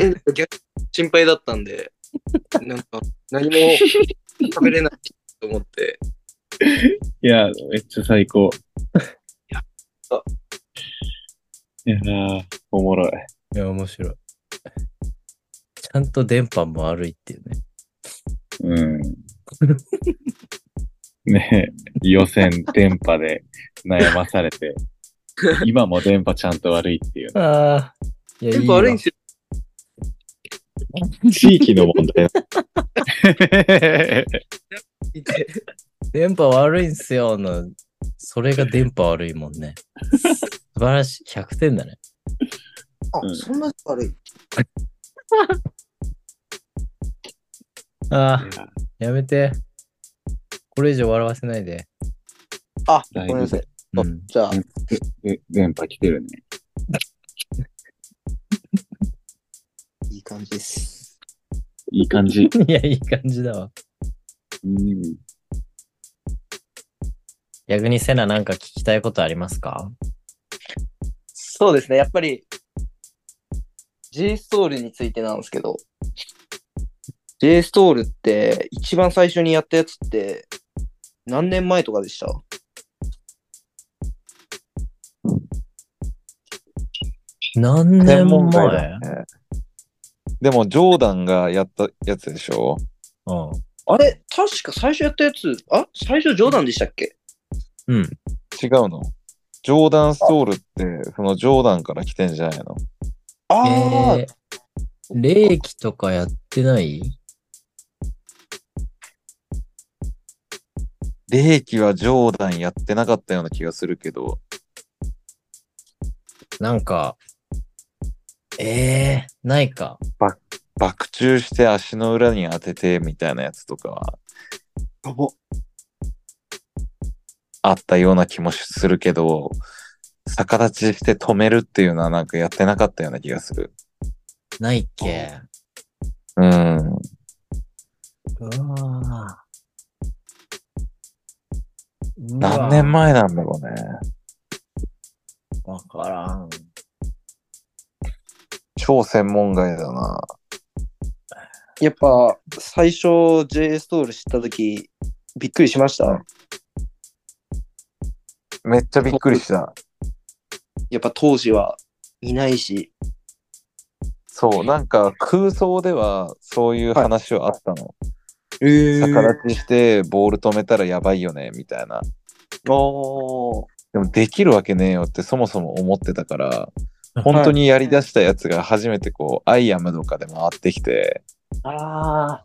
C: え、逆に心配だったんで、なんか何も食べれないと 思って。
B: いや、めっちゃ最高。
C: やっ
B: あ
C: た
B: いやー、おもろい。
A: いや、面白い。ちゃんと電波も悪いっていうね。
B: うん。ねえ、予選、電波で悩まされて、今も電波ちゃんと悪いっていう。
A: ああ。いや、
C: テンポ悪いん
A: わ
C: ですよ。
B: 地域の問 題。
A: 電波悪いんすよの、それが電波悪いもんね。素晴らしい。100点だね。
C: あ
B: うん
C: そんな悪い。
A: ああ、やめて。これ以上笑わせないで。
C: あ、ご
B: だいぶ
C: めんなさい。
A: うん、
C: じゃあ、
B: で電波来てるね。
C: いい感じです。
B: いい感じ。
A: いや、いい感じだわ。
B: うん。
A: 逆にセナなんか聞きたいことありますか
C: そうですね、やっぱり、J ストールについてなんですけど、J ストールって、一番最初にやったやつって、何年前とかでした
A: 何年
E: 問題だ
A: 前
E: よねでも、ジョーダンがやったやつでしょ
A: うん。
C: あれ確か最初やったやつ、あ最初冗談でしたっけ
A: うん。
E: 違うのジョーダンストールって、そのジョーダンから来てんじゃないの
C: ああ、
A: えー、霊気とかやってない
E: 霊気はジョーダンやってなかったような気がするけど、
A: なんか、ええー、ないか。
E: バク宙して足の裏に当ててみたいなやつとかはあったような気もするけど、逆立ちして止めるっていうのはなんかやってなかったような気がする。
A: ないっけ。
E: うん。
A: うわー
E: 何年前なんだろうね。
A: うわわからん。
E: 超専門外だな。
C: やっぱ最初 J ストール知った時びっくりしました。
E: めっちゃびっくりした。
C: やっぱ当時はいないし。
E: そう、なんか空想ではそういう話はあったの。
C: え
E: 逆立ちしてボール止めたらやばいよね、みたいな。
C: お
E: でもできるわけねえよってそもそも思ってたから、本当にやりだしたやつが初めてこう、アイアムとかで回ってきて、
C: ああ、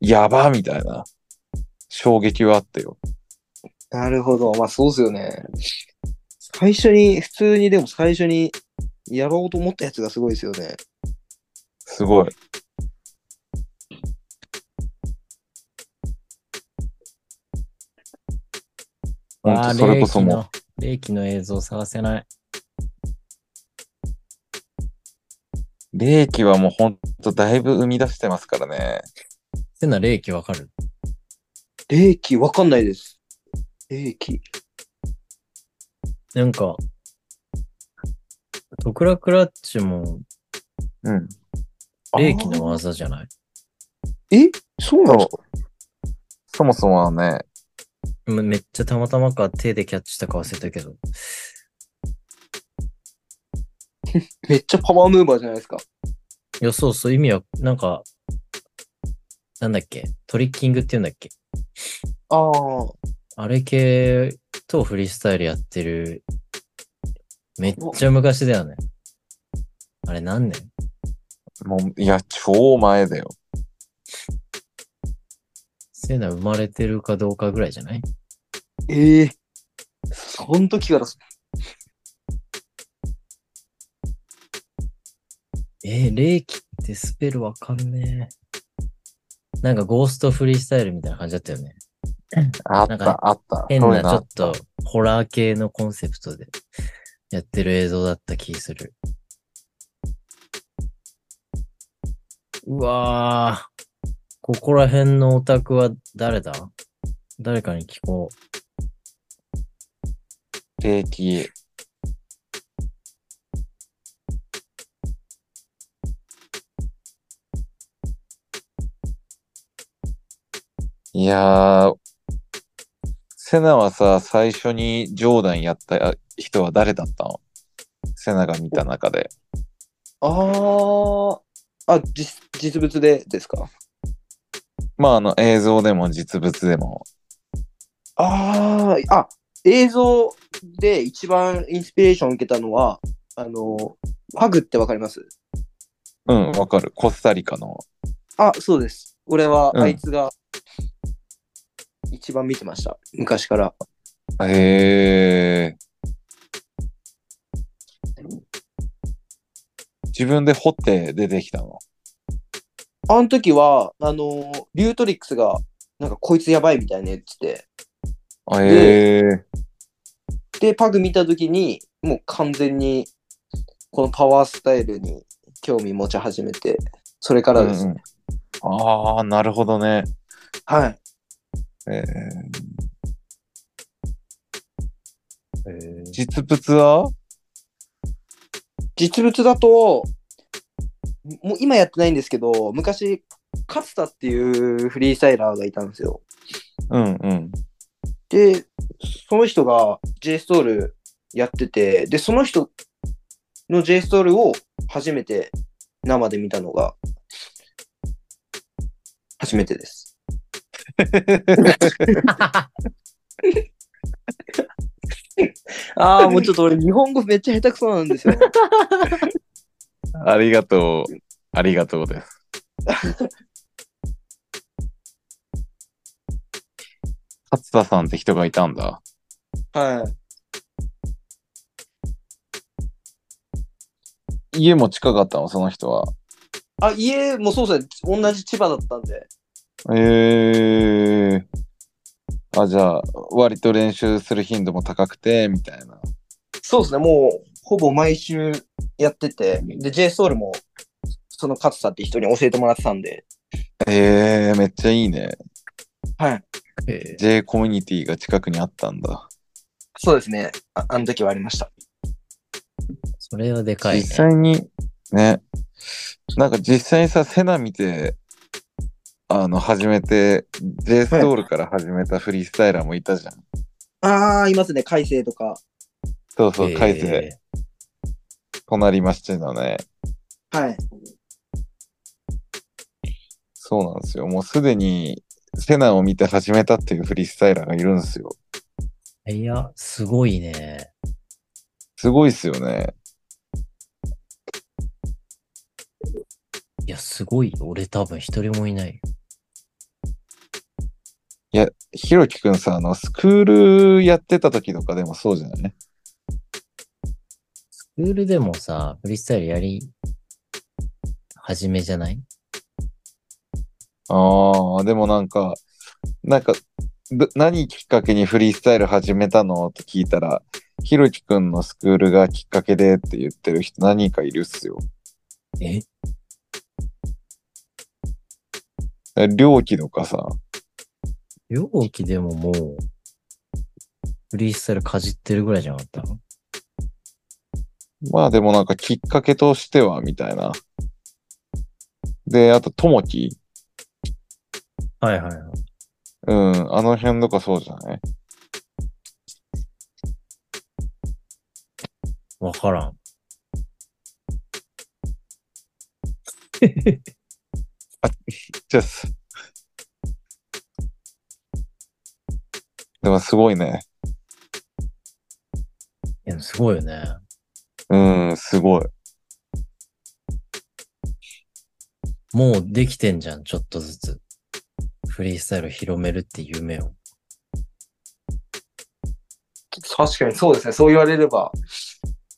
E: やばみたいな衝撃はあったよ。
C: なるほど。まあそうですよね。最初に、普通にでも最初にやろうと思ったやつがすごいですよね。
E: すごい。ほん
A: あ
E: と
A: ー
E: それこそも
A: 霊気の霊気の映像探せない。
E: う、霊気はもうほんとだいぶ生み出してますからね。
A: セナ霊気わかる
C: 霊気わかんないです。霊気。
A: なんか、トクラクラッチも
E: うん。
A: 霊気の技じゃない
C: えそうなの
E: そもそもはね、
A: めめっちゃたまたまか手でキャッチしたか忘れたけど。
C: めっちゃパワームーバーじゃないですか。
A: いや、そうそう、意味は、なんか、なんだっけトリッキングって言うんだっけ
C: ああ。
A: あれ系とフリースタイルやってる。めっちゃ昔だよね。あれ何年
E: もう、いや、超前だよ。
A: セナ生まれてるかどうかぐらいじゃない
C: ええその時から、
A: えー、霊気ってスペルわかんねえ。なんかゴーストフリースタイルみたいな感じだったよね。
E: あっ
A: なん
E: た
A: か、
E: あった。
A: 変
E: そうい
A: な
E: う
A: ち
E: の
A: ょ
E: あ
A: っとホラー系のコンセプトでやってる映像だった気する。うわぁ。ここら辺のオタクは誰だ誰かに聞こ う。
E: 定期。いやー、セナはさ、最初にジョーダンやった人は誰だったのセナが見た中で。
C: あー、あ、実実物でですか
E: まあ、あの映像でも実物でも。
C: あー、あ、映像で一番インスピレーションを受けたのは、あの、パグってわかります
E: うん、わかる。コスタリカの。
C: あ、そうです。俺は
E: うん
C: あいつが一番見てました。昔から。
E: へえ。自分で掘って出てきたの。
C: あの時は、あの、リュートリックスが、なんかこいつやばいみたいなやつって、
E: へえ。
C: で、パグ見た時に、もう完全に、このパワースタイルに興味持ち始めて、それからです。
E: うんうんああ、なるほどね。
C: はい。
E: えー、実物は
C: 実物だと、もう今やってないんですけど、昔、勝田っていうフリースタイラーがいたんですよ。
E: うんうん。
C: で、その人が J ストールやってて、で、その人の J ストールを初めて生で見たのが、初めてです。ああ、もうちょっと 俺、日本語めっちゃ下手くそなんですよ。
E: ありがとう。ありがとうです。勝田さんって人がいたんだ。
C: はい。
E: 家も近かったの、その人は。
C: あ、家もそうですね。同じ千葉だったんで。
E: ええあ、じゃあ、割と練習する頻度も高くて、みたいな。
C: そうですね、もうほぼ毎週やってて、で、J ソウルもその勝田って人に教えてもらってたんで、
E: ええめっちゃいいね。
C: はい、
A: え
E: J コミュニティが近くにあったんだ。
C: そうですね、ああの時はありました。
A: ーそれはでかい
E: 実
A: ね。
E: 際に、ね。なんか実際にさ、セナ見て、あの、始めて、J ストールから始めたフリースタイラーもいたじゃん。
C: ああ、いますね、改正とか。
E: そうそう、カイゼ、
A: え
E: 隣町のね。
C: はい。
E: そうなんですよ。もうすでに、セナを見て始めたっていうフリースタイラーがいるんですよ。
A: ーいや、すごいね。
E: すごいっすよね。
A: いや、すごいよ。俺多分一人もいない。
E: ひろきくんさ、あの、スクールやってた時とかでもそうじゃない
A: スクールでもさ、フリースタイルやり、始めじゃない
E: ああ、でもなんか、なんか、ど何きっかけにフリースタイル始めたのって聞いたら、ひろきくんのスクールがきっかけでって言ってる人何人かいるっすよ。
A: え
E: りょうきとかさ、
A: 容器でももう、フリースタイルかじってるぐらいじゃなかった
E: まあでもなんかきっかけとしては、みたいな。で、あと、ともき。
A: はいはいはい。
E: うん、あの辺とかそうじゃない
A: わからん。
E: あ、じゃあす。でもすごいね。
A: いや、すごいよね。
E: うん、すごい。
A: もうできてんじゃん、ちょっとずつ。フリースタイル広めるって夢を。
C: 確かにそうですね、そう言われれば、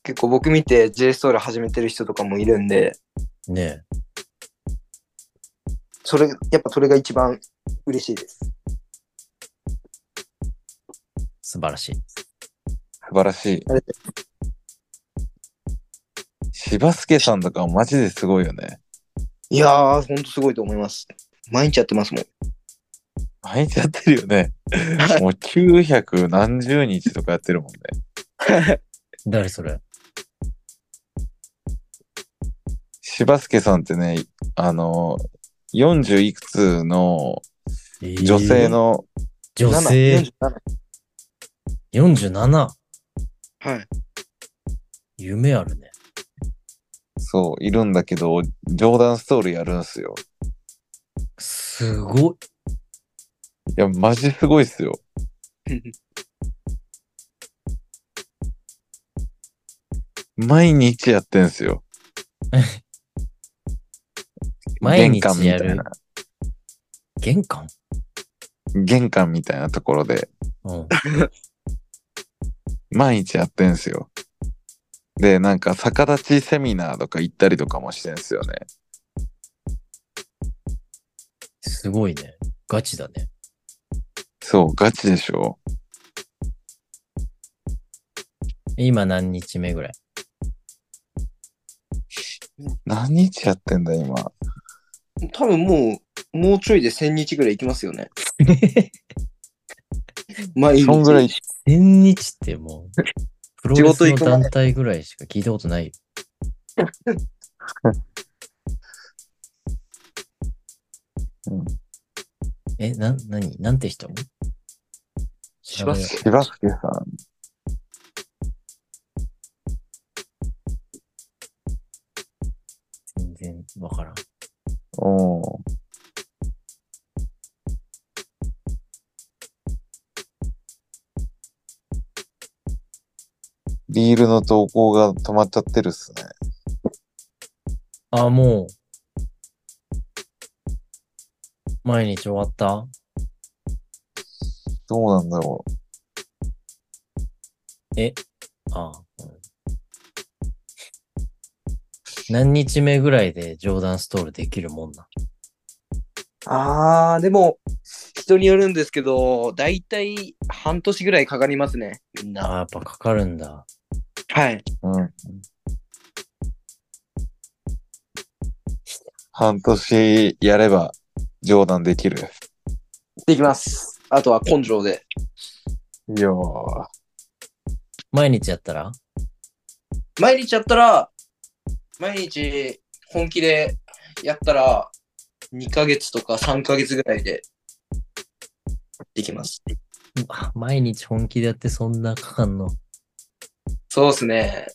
C: 結構僕見て J ストール始めてる人とかもいるんで、
A: ねえ。
C: それ、やっぱそれが一番嬉しいです。
A: 素晴らしい。
E: 素晴らしい
C: あれ。
E: 柴助さんとかマジですごいよね。
C: いやー、ほんとすごいと思います。毎日やってますもん。
E: 毎日やってるよね。もう900何十日とかやってるもんね。
A: 誰それ
E: 柴助さんってね、あの、40いくつの女性。の、
A: えー女性
C: 7 47
A: 47?
C: はい。
A: 夢あるね。
E: そう、いるんだけど、冗談ストーリーやるんすよ。
A: すごい。。
E: いや、マジすごいっすよ。毎日やってんすよ
A: 毎日
E: 玄関みたいな
A: やる玄関
E: 玄関みたいなところで、
A: うん。
E: 毎日やってんすよ。で、なんか逆立ちセミナーとか行ったりとかもしてんすよね。
A: すごいね。ガチだね。
E: そう、ガチでしょ
A: 今何日目ぐらい
E: 何日やってんだ、今。
C: 多分もう、もうちょいで1000日ぐらい行きますよね。毎日。
E: そんぐらい。
A: 千日ってもう、プロレス
C: 仕事
A: の
C: 行くまで
A: 団体ぐらいしか聞いたことないよ。
E: うん
A: え、な、なになんて人
C: しま
A: 調
C: す。
E: 柴助さん。
A: べよう全然わからん。
E: おーリールの投稿が止まっちゃってるっすね。
A: あ、もう。毎日終わった
E: どうなんだろう。
A: ああ、うん何日目ぐらいで冗談ストールできるもんな。
C: あー、でも、人によるんですけど、だいたい半年ぐらいかかりますね。みん
A: あ
C: な。
A: あ、やっぱかかるんだ。
C: はい。
E: うん。半年やれば冗談できる。
C: できます。あとは根性で。
E: いやー
A: 毎日やったら
C: 毎日やったら、毎日本気でやったら、2ヶ月とか3ヶ月ぐらいで、できます。
A: うわ 毎日本気でやってそんなかかんの。
C: そうですね。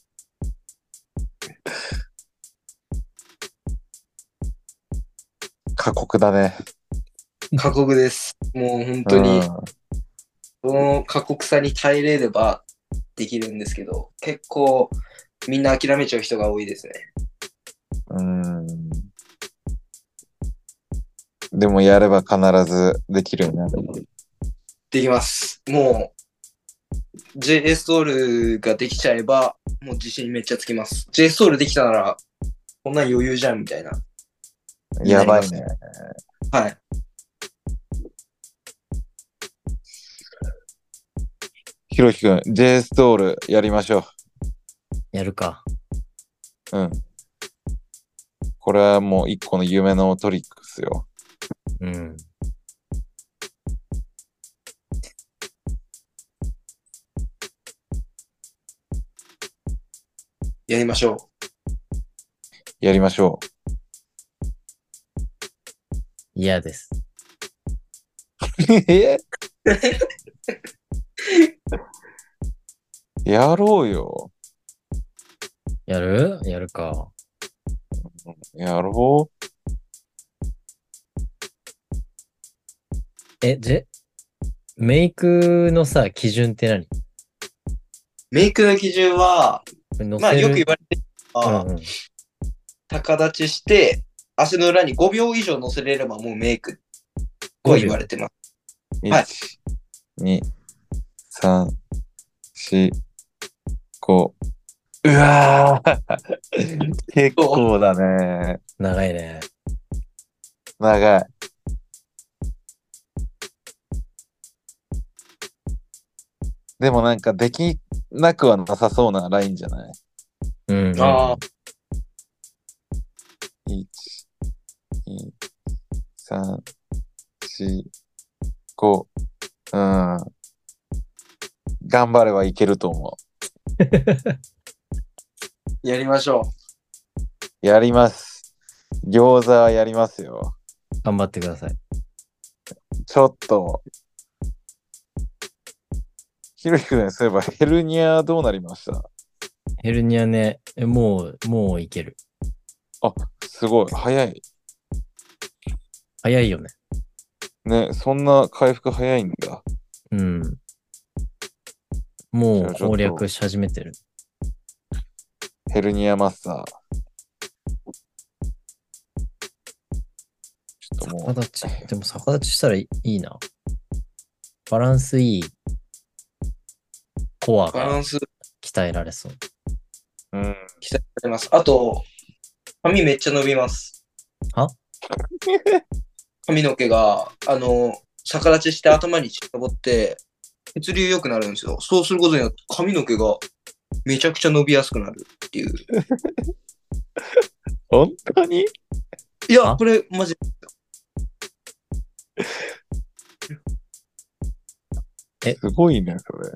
E: 過酷だね。
C: 過酷です。もう本当に
E: うん、
C: その過酷さに耐えれればできるんですけど、結構みんな諦めちゃう人が多いですね。
E: うん。でもやれば必ずできるようになる。
C: できます。もう、JS トールができちゃえば、もう自信めっちゃつきます。JS トールできたなら、こんなん余裕じゃんみたいな。
E: やばいね。
C: はい。
E: ひろきくん、J ストールやりましょ
A: やるか。
E: う。うん。これはもう一個の夢のトリックっすよ。
A: うん。
C: やりましょう。
E: やりましょ
A: 嫌です。
E: う。え やろうよ。
A: やるやるか。
E: やろう。
A: え、じゃ、メイクのさ、基準って何
C: メイクの基準は、まあよく言われてるのは、
A: うんうん
C: 高立ちして、足の裏に5秒以上乗せれればもうメイクと言われてます。はい
E: 1、2、3、4、5。うわー 結構だね。
A: 長いね。
E: 長い。でもなんかできなくはなさそうなラインじゃない
A: うん、うん。
C: ああ、
E: ?1、三、四、五、うん。頑張ればいけると思
C: やりましょ
E: う。やります。餃子はやりますよ。
A: 頑張ってください。
E: ちょっと。ひろゆきくん、そういえばヘルニアどうなりました
A: ヘルニアね、えもう、もういける。
E: すごい。早い。
A: 早いよね。
E: ね、そんな回復早いんだ。
A: うん。もう
E: じゃあちょっと
A: 攻略し始めてる。
E: ヘルニアマッサー。ちょっとも
A: 逆
E: う、
A: 立ち。でも逆立ちしたらいいいな。バランスいいコア
C: う。バラ
A: が
C: ンス
A: 鍛えられそう。
E: うん。
C: 鍛えられます。あと、髪めっちゃ伸びます。
A: は
C: 髪の毛が、あの、逆立ちして頭に散らぼって、血流良くなるんですよ。そうすることによって髪の毛がめちゃくちゃ伸びやすくなるっていう。
E: 本当に
C: いや、これマジ
E: すごいね、それ。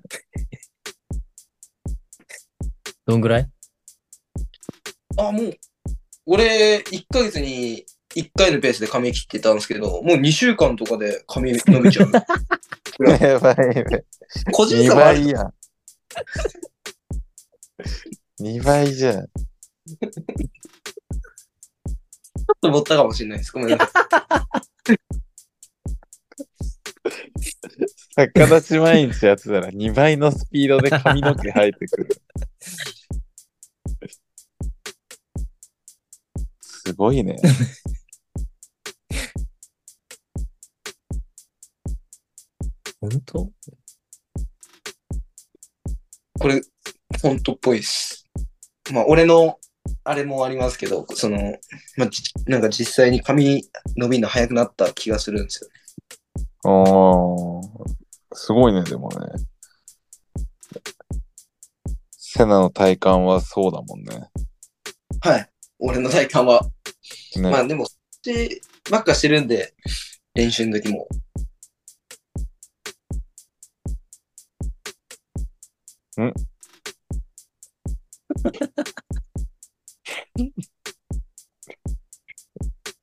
A: どんぐらい
C: あ、もう、俺、1ヶ月に1回のペースで髪切ってたんですけど、もう2週間とかで髪伸びちゃ う。
E: やばいやばい。
C: 個人
E: 2
C: 差もある
E: 倍やん。2倍じゃん。
C: と思ったかもしれないです。ごめんなさい。
E: 逆立ち毎日やってたら2倍のスピードで髪の毛生えてくる。すごいね。
A: 本当
C: これ、本当っぽいです。まあ、俺の、あれもありますけど、その、まあ、じなんか実際に髪伸びるの早くなった気がするんですよ。
E: おーすごいね、でもね。セナの体感はそうだもんね。
C: はい。俺の体感は。
E: ね
C: まあ、でも、そっちばっかしてるんで、練習の時も。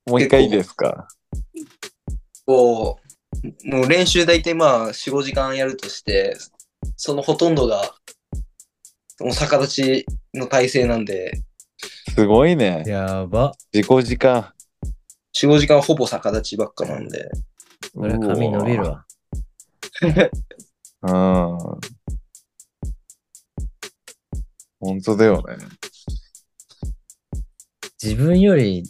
E: もう一回いいですか
C: こう、もう練習大体まあ4、5時間やるとして、そのほとんどが、もう逆立ちの体勢なんで、
E: すごいね。
A: やば。
E: 自己時間。
C: 4、5時間ほぼ逆立ちばっかなんで、
A: これは髪伸びるわ。
E: うん。本当だよね。
A: 自分より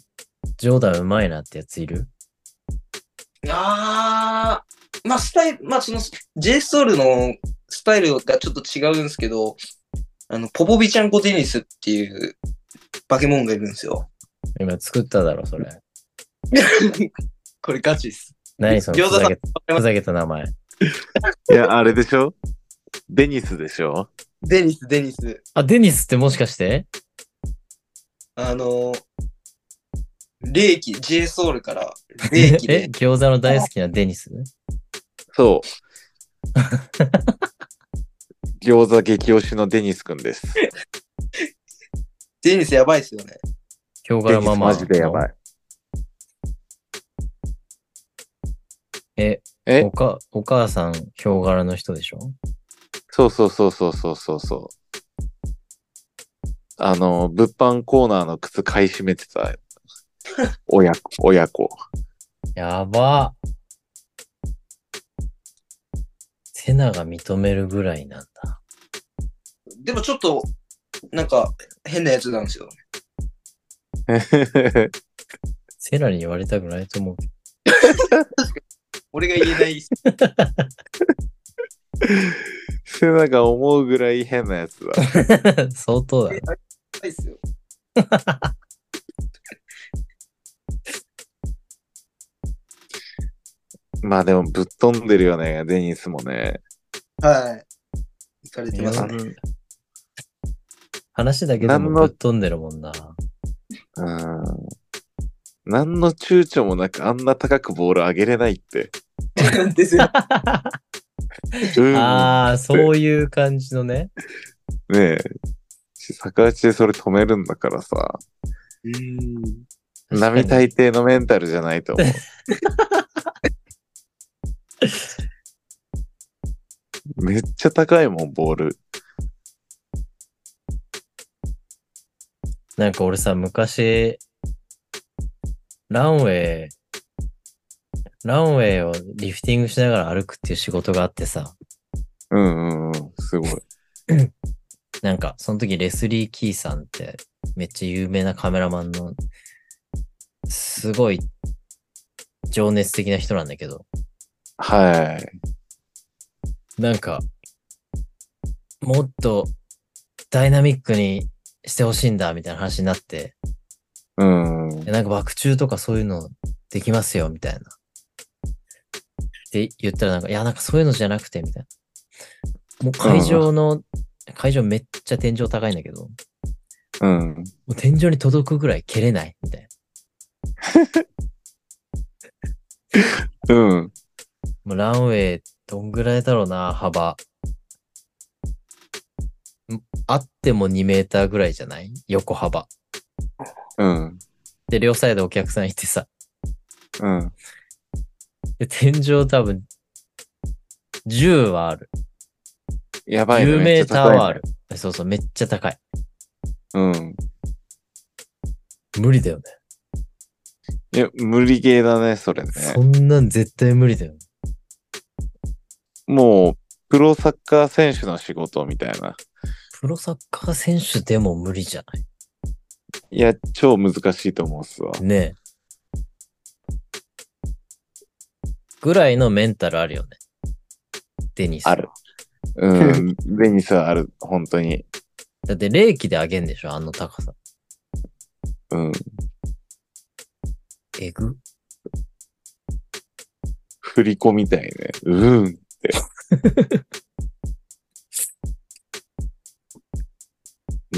A: ジョーダンうまいなってやついる
C: あー、まあスタイル、まあその j ストールのスタイルがちょっと違うんですけど、あの、ポポビちゃんコテニスっていう化け物がいるんですよ。
A: 今作っただろ、それ。
C: これガチっす。
A: 何その
C: 餃
A: ふ
C: 子
A: ざ
C: さん
A: けふざけた名前。
E: いや、あれでしょデニスでしょ
C: デニス、デニス。
A: あ、デニスってもしかして
C: あの、霊気、j ソウルから霊気
A: え
C: で、
A: 餃子の大好きなデニス
E: そう。餃子激推しのデニスくんです。
C: デニスやばいっすよね。
A: 今日か
E: デ
A: ら
E: ニス
A: ママ。
E: マジでやばい。
A: え、
E: え
A: おか、お母さん、ヒョウ柄の人でしょ
E: そうそうそうそうそうそうそう。あの、物販コーナーの靴買い占めてた親子、親子。
A: やば。セナが認めるぐらいなんだ。
C: でもちょっと、なんか、変なやつなんですよ。
A: セナに言われたくないと思うけど。
C: 俺が言えない。
E: セナが思うぐらい変なやつだ。
A: 相当だな。
C: ないっすよ。
E: まあでもぶっ飛んでるよね、デニスもね。
C: はい。いかれてますね。
E: うん
A: 話だけでも
E: 何
A: ぶ
E: の
A: っ飛んでるもんな。
E: うん何の躊躇もなくあんな高くボール上げれないって。
C: ですよ。
E: うん。ね
A: ああ、そういう感じのね。
E: え。逆打ちでそれ止めるんだからさ。並
A: 確かに
E: 大抵のメンタルじゃないと思 う。めっちゃ高いもん、ボール。
A: なんか俺さ、昔、ランウェイ、ランウェイをリフティングしながら歩くっていう仕事があってさ、
E: うんうんうん。すごい。
A: なんかその時レスリー・キーさんってめっちゃ有名なカメラマンの、すごい情熱的な人なんだけど、
E: はい。
A: なんか、もっとダイナミックにしてほしいんだみたいな話になって、
E: うん。うん
A: いやなんか爆中とかそういうのできますよ、みたいな。って言ったらなんか、いや、なんかそういうのじゃなくて、みたいな。もう会場の、会場めっちゃ天井高いんだけど、も
E: うん。
A: う天井に届くぐらい蹴れない、みたいな。
E: うん。
A: もうランウェイどんぐらいだろうな、幅。んあっても2メーターぐらいじゃない横幅。
E: うん。
A: で、両サイドお客さんいてさ、
E: うん。
A: で天井多分、10はある。
E: やばいね。
A: 10メーターはあ
E: る。
A: る。そうそう、めっちゃ高い。
E: うん。
A: 無理だよね。
E: いや、無理ゲーだね、それね。
A: そんなん絶対無理だよ。
E: もう、プロサッカー選手の仕事みたいな。
A: プロサッカー選手でも無理じゃない
E: いや、超難しいと思うっすわ。
A: ねえ。ぐらいのメンタルあるよね。デニス。
E: ある。うん。ベニスはある、本当に。
A: だって冷気で上げんでしょあの高さ。
E: うん。
A: えぐ
E: 振り子みたいね。うんって。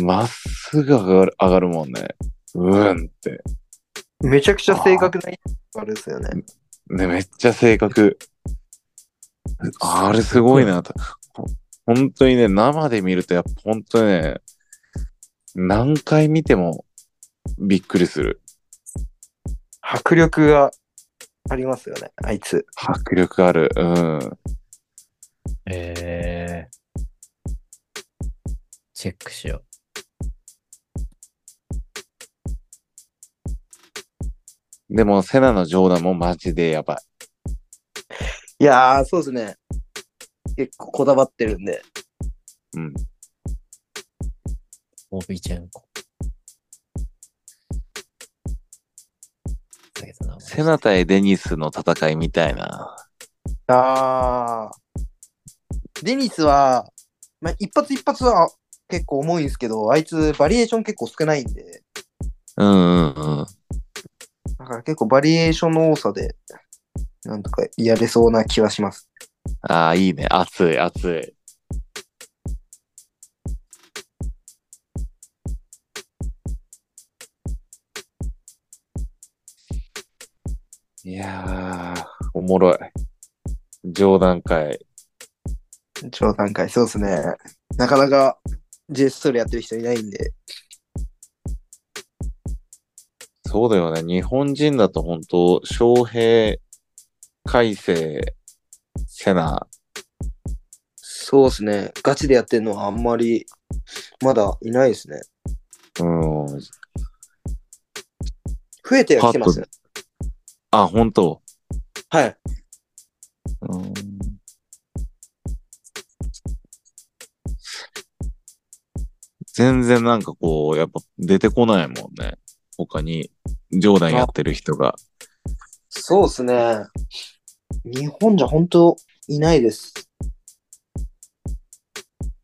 E: まっすぐ上がる上がるもんね。うんって。
F: めちゃくちゃ正確なあれですよね。
E: ね、めっちゃ正確。あれすごいなと。ほ本当にね、生で見ると、やっぱ本当ね、何回見てもびっくりする。
F: 迫力がありますよね、あいつ。
E: 迫力ある。うん。
A: ええチェックしよ
E: でも、セナの冗談もマジでやばい。
C: いやー、そうですね。結構こだわってるんで。
E: うん。
A: う。オビチェンコ。だけどな
E: セナ対デニスの戦いみたいな。
C: あー。デニスは、まあ、一発一発は結構重いんですけど、あいつバリエーション結構少ないんで、
E: うんうんうん。
C: だから結構バリエーションの多さで、なんとかやれそうな気はします。
E: ああ、いいね。熱い、熱い。いやー、おもろい。冗談会。
C: 超段階、そうですね。なかなか JS トールやってる人いないんで。
E: そうだよね。日本人だと本当、翔平、海星、セナ。
C: そうですね。ガチでやってるのはあんまり、まだいないですね。
E: うん。
C: 増えてはきてますね。
E: あ、本当。
C: はい。
E: うん。全然なんかこう、やっぱ出てこないもんね。他に、冗談やってる人が。
C: そうですね。日本じゃ本当いないです。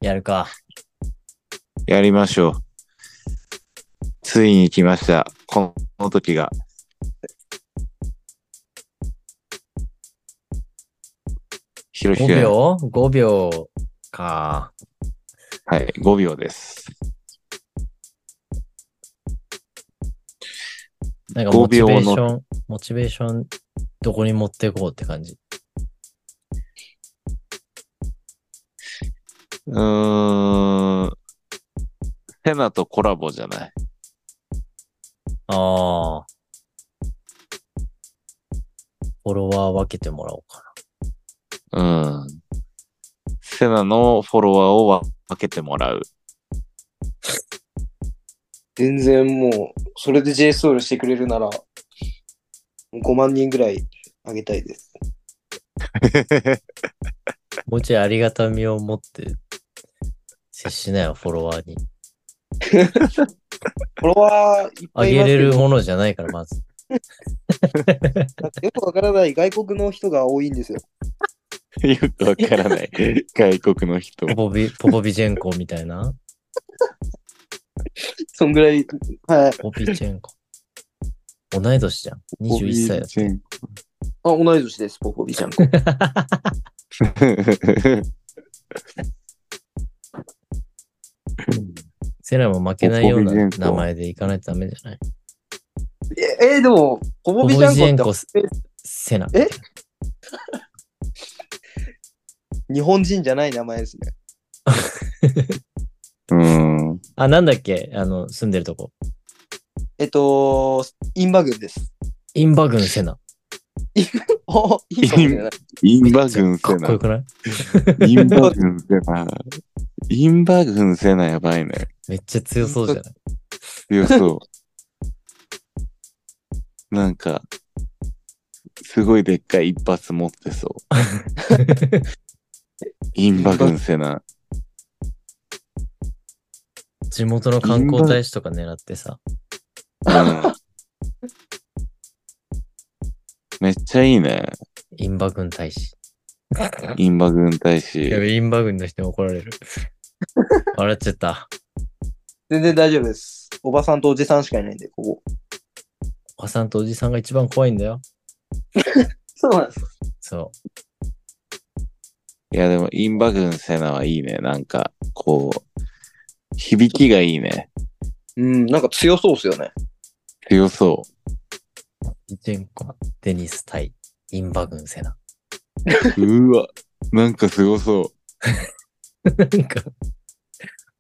A: やるか。
E: やりましょう。ついに来ました。この時が。ひろひくん
A: 5秒 ?5 秒か。
E: はい、5秒です。
A: なんかモ
E: 5
A: チ
E: 秒
A: ベーシ
E: の
A: ョン、モチベーション、どこに持っていこうって感じ。
E: うーん。セナとコラボじゃない。
A: ああ。フォロワー分けてもらおうか
E: うん。セナのフォロワーを分けても らう。
C: 全然もう、それで JSOUL してくれるなら、5万人ぐらいあげたいです。
A: な。もうちょいありがたみを持って、接しなよ、フォロワーに。
C: フォロワーいっ
A: あ
C: ぱいい
A: げ
C: ます
A: れ
C: け
A: る
C: ど、
A: ものじゃないから、まず。
C: なんかよくわからない外国の人が多いんですよ。
E: よくわからない。外国の 人。
A: ポポビ、ポポビジェンコみたいな。
C: そんぐらい、はい。あ、
A: ポピチェンコ。同い年じゃん。21歳だ。
C: 同い年です、ポポビちゃん。
A: セラも負けないような
E: ポポビジェンコ
A: 名前でいかないとダメじゃない。
C: え、えでも、
A: ポ
C: ポポ
A: ポビ
C: ビ
A: ジ
C: ちゃ
A: ェ
C: ん
A: ン
C: こ
A: コ
C: って
A: セセナ。
C: え日本人じゃない名前ですね。
E: うん。
A: あ、なんだっけあの、住んでるとこ。
C: えっと、インバ軍です。
A: インバ軍セナ。
C: おいいかもしれない。
E: インバ軍
A: か
E: セ
A: っこ
E: ナ
A: よ。くない
E: インバ軍セナ。インバ軍セナやばいね。
A: めっちゃ強そうじゃない
E: 強そう。なんか、すごいでっかい一発持ってそう。インバ軍セナ。
A: 地元の観光大使とか狙ってさ。
E: うんめっちゃいいね。
A: インバ軍大使。
E: インバ軍大
A: いや
E: 使。
A: インバ軍の人に怒ら れる。笑っちゃった。
C: 全然大丈夫です。おばさんとおじさんしかいないんで、ここ。
A: おばさんとおじさんが一番怖いんだよ。
C: そうなんです。
A: そ。
E: いや、でも、インバ軍セナはいいね。なんか、こう、響きがいいね。
C: うん、なんか強そうっすよね。
E: 強そう
A: ジェンコ、デニス対インバ軍セナ。
E: う。うわ、なんかすごそ。
A: なんか、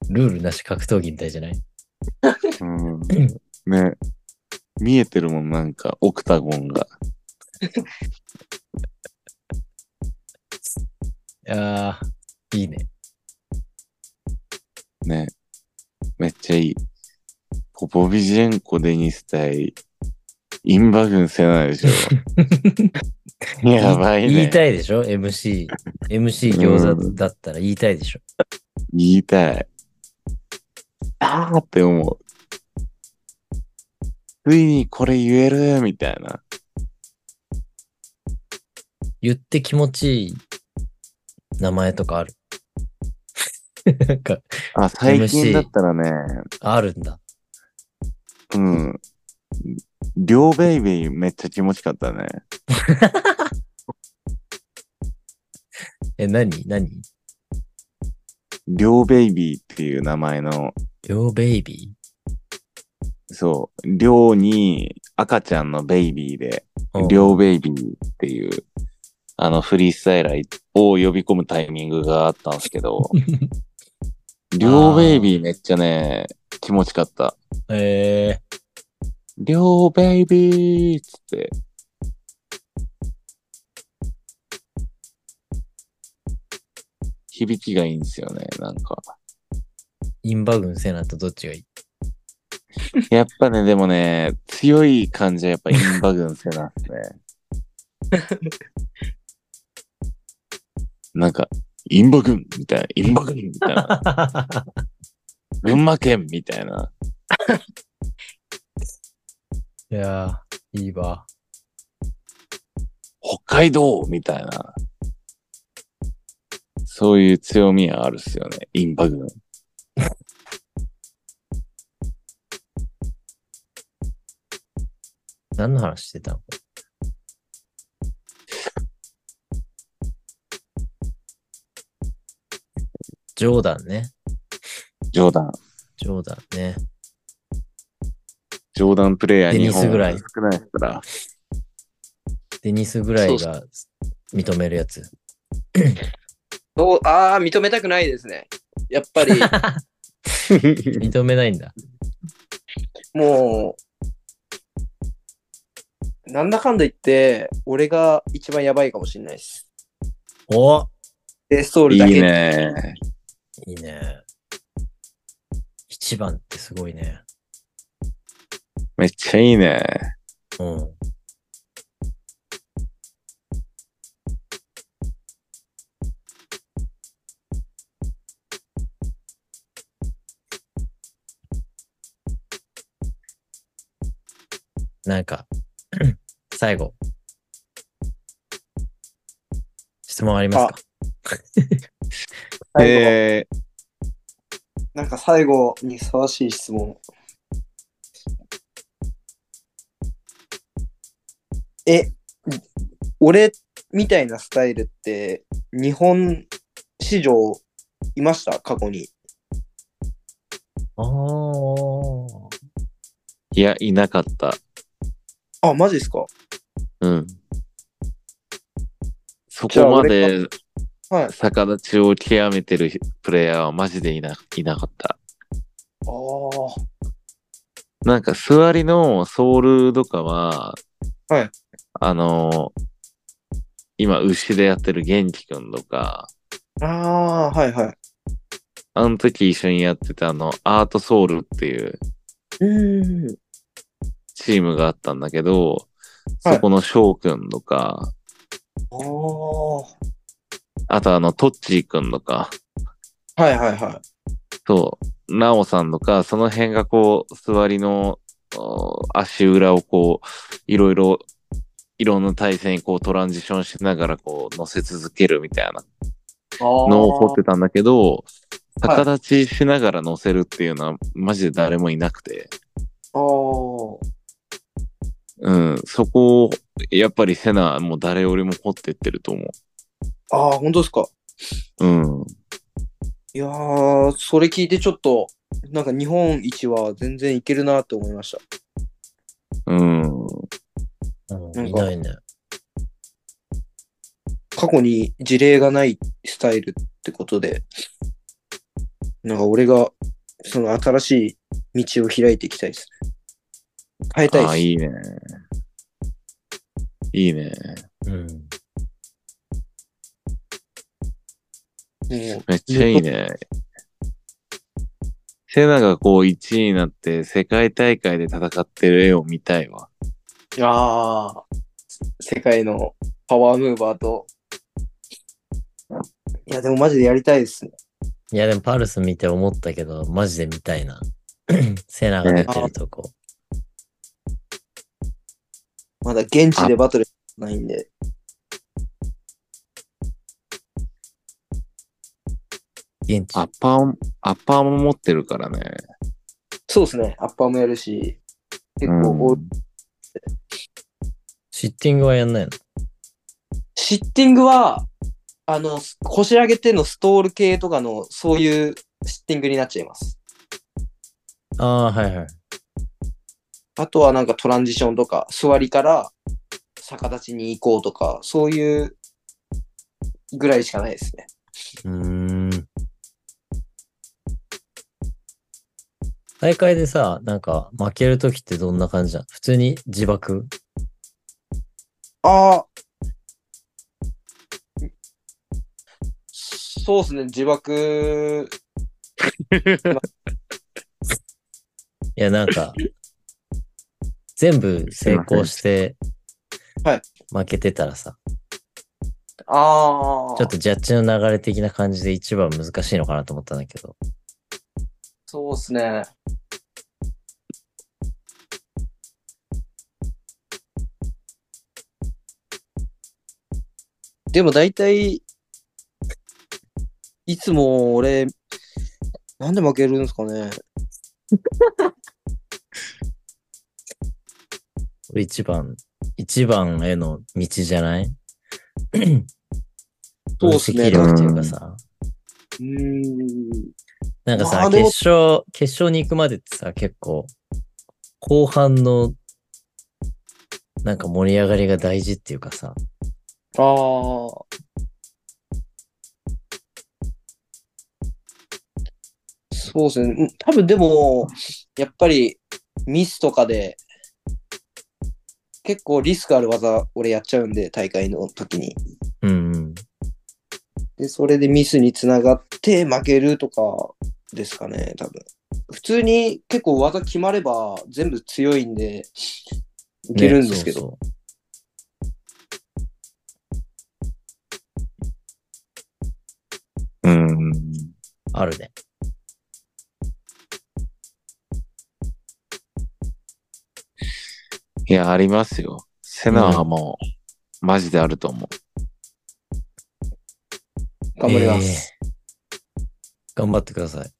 A: ルールなし格闘技みたいじゃないう
E: うん、ね。見えてるもん、なんか、オクタゴンが。
A: いやー、いいね。
E: ね。めっちゃいい。ポポビジェンコ、デニス対、インバ軍セナで しょ。やばいね。
A: 言いたいでしょ ?MC。MC 餃子だったら言いたいでしょ、
E: 言いたい。あーって思う。ついにこれ言えるみたいな。
A: 言って気持ちいい名前とかある。 なんか、
E: あ、最近
A: MC
E: だったらね、
A: あるんだ。
E: うん。りょうベイビーめっちゃ気持ちかったね。
A: え、何何
E: りょうベイビーっていう名前の、
A: りょうベイビ
E: そう、りょうに赤ちゃんのベイビーで、
A: ーうん
E: りょうベイビーっていう、あのフリースタイラーを呼び込むタイミングがあったんです けど、りょうベイビーめっちゃね、気持ちかった。
A: え
E: りょうベイビーっつって。響きがいいんですよね、なんか。
A: ー、インバグンセナとどっちがいい
E: やっぱね、でもね、強い感じはやっぱインバ軍セナですね。 なんか、インバ軍みたいな、インバ軍みたいな、群馬県みたいな。
A: いやー、いいわ。
E: 北海道みたいな。そういう強みはあるっすよね。インバ軍。
A: 何の話してたのジョーダンね。
E: 冗談。
A: ジョーダンね。
E: 冗談プレイヤー
A: デ
E: 日
A: ニス
E: 本
A: ぐらい
E: 少ないから。
A: デニスぐらい
C: そ
A: が認めるや つ。
C: どうああ、認めたくないですね。やっぱ り、
A: 認めないんだ。
C: もう、なんだかんだ言って、俺が一番やばいかもしれないです。
A: お
C: デストール
E: い
C: だけ。
E: いね。
A: いいね。一番ってすごいね。
E: めっちゃいいね。
A: うん。なんか、 最後。質問ありますか
C: 最後
E: えー、
C: なんか最後にふさわしい質問。え、俺みたいなスタイルって日本市場いました過去に。
A: あー
E: いや、いなかった。
C: あ、マジですか
E: うん。そ
C: じゃあ
E: こま
C: 俺
E: で
C: はい。
E: 逆立ちを極めてるプレイヤーはマジでいないなかった。
C: ああ。
E: なんか座りのソールとかは、
C: はい。
E: あのー今、牛でやってる元気くんとか、
C: ああー、はいはい。
E: あの時一緒にやってたあの、アートソウルっていう
C: うん。
E: チームがあったんだけど、
C: はい
E: そこの翔くんとか、
C: ああ。は
E: あとあの、トッチーくんとか、
C: いはいはい。
E: そう、ナオさんとか、その辺がこう、座りのお足裏をこう、いろいろ、いろんな体勢にこうトランジションしながらこう乗せ続けるみたいなのを掘ってたんだけど、
C: はい
E: 逆立ちしながら乗せるっていうのはマジで誰もいなくて、
C: あー
E: うん、そこをやっぱりセナはもう誰よりも掘ってってると思
C: あー、本当ですか。
E: う。うん。
C: いやー、それ聞いてちょっと、なんか日本一は全然いけるなと思いました。
E: う
A: う、
E: ん。
C: なんん
A: い
C: か
A: ないね。
C: 過去に事例がないスタイルってことで、なんか俺がその新しい道を開いていきたいですね。変えたいです。
E: あ、いいね。いいね。
A: うん。
C: もう
E: めっちゃいいね。セナがこう1位になって世界大会で戦ってる絵を見たいわ。
C: ああ、世界のパワームーバーと。いや、でもマジでやりたいですね。
A: いや、でもパルス見て思ったけど、マジで見たいな。 セナが出てるとこ。
C: まだ現地でバトルないんで。
A: 現地
E: ア。ッパーも、アッパーも持ってるからね。
C: そうですね。アッパーもやるし、結構
E: うん
C: オール、
A: シッティングはやんないの
C: シッティングは、あの、腰上げてのストール系とかの、そういうシッティングになっちゃいます。
A: ああー、はいはい。
C: あとはなんかトランジションとか、座りから逆立ちに行こうとか、そういうぐらいしかないですね。
A: うーん。大会でさ、なんか負けるときってどんな感じじゃん普通に自爆
C: ああ。そうですね、自爆。
A: いや、なん か、全部成功して、
C: はい
A: 負けてたらさ、
C: ああ。
A: ちょっと。ジャッジの流れ的な感じで一番難しいのかなと思ったんだけど。
C: そうですね。でも大体、いつも俺、なんで負けるんですかね。
A: これ一番、一番への道じゃない
C: そうっす
A: 分析
C: ね
A: 力っていうかさ、
C: うーん。
A: なんか
C: ま
A: さ、
C: あ
A: 決
C: でも
A: 勝、決勝に行くまでってさ、結構、後半の、なんか盛り上がりが大事っていうかさ、
C: ああ。そうですね。うん多分でも、やっぱりミスとかで、結構リスクある技、俺やっちゃうんで、大会の時に。
A: うんうん。
C: で、それでミスにつながって負けるとかですかね、多分。普通に結構技決まれば全部強いんで、いけるんですけど。
A: ねそうそう
E: うん。
A: あるね。
E: いや、ありますよ。セナはもう、マジであると思
C: 頑張ります。
A: えー頑張ってください。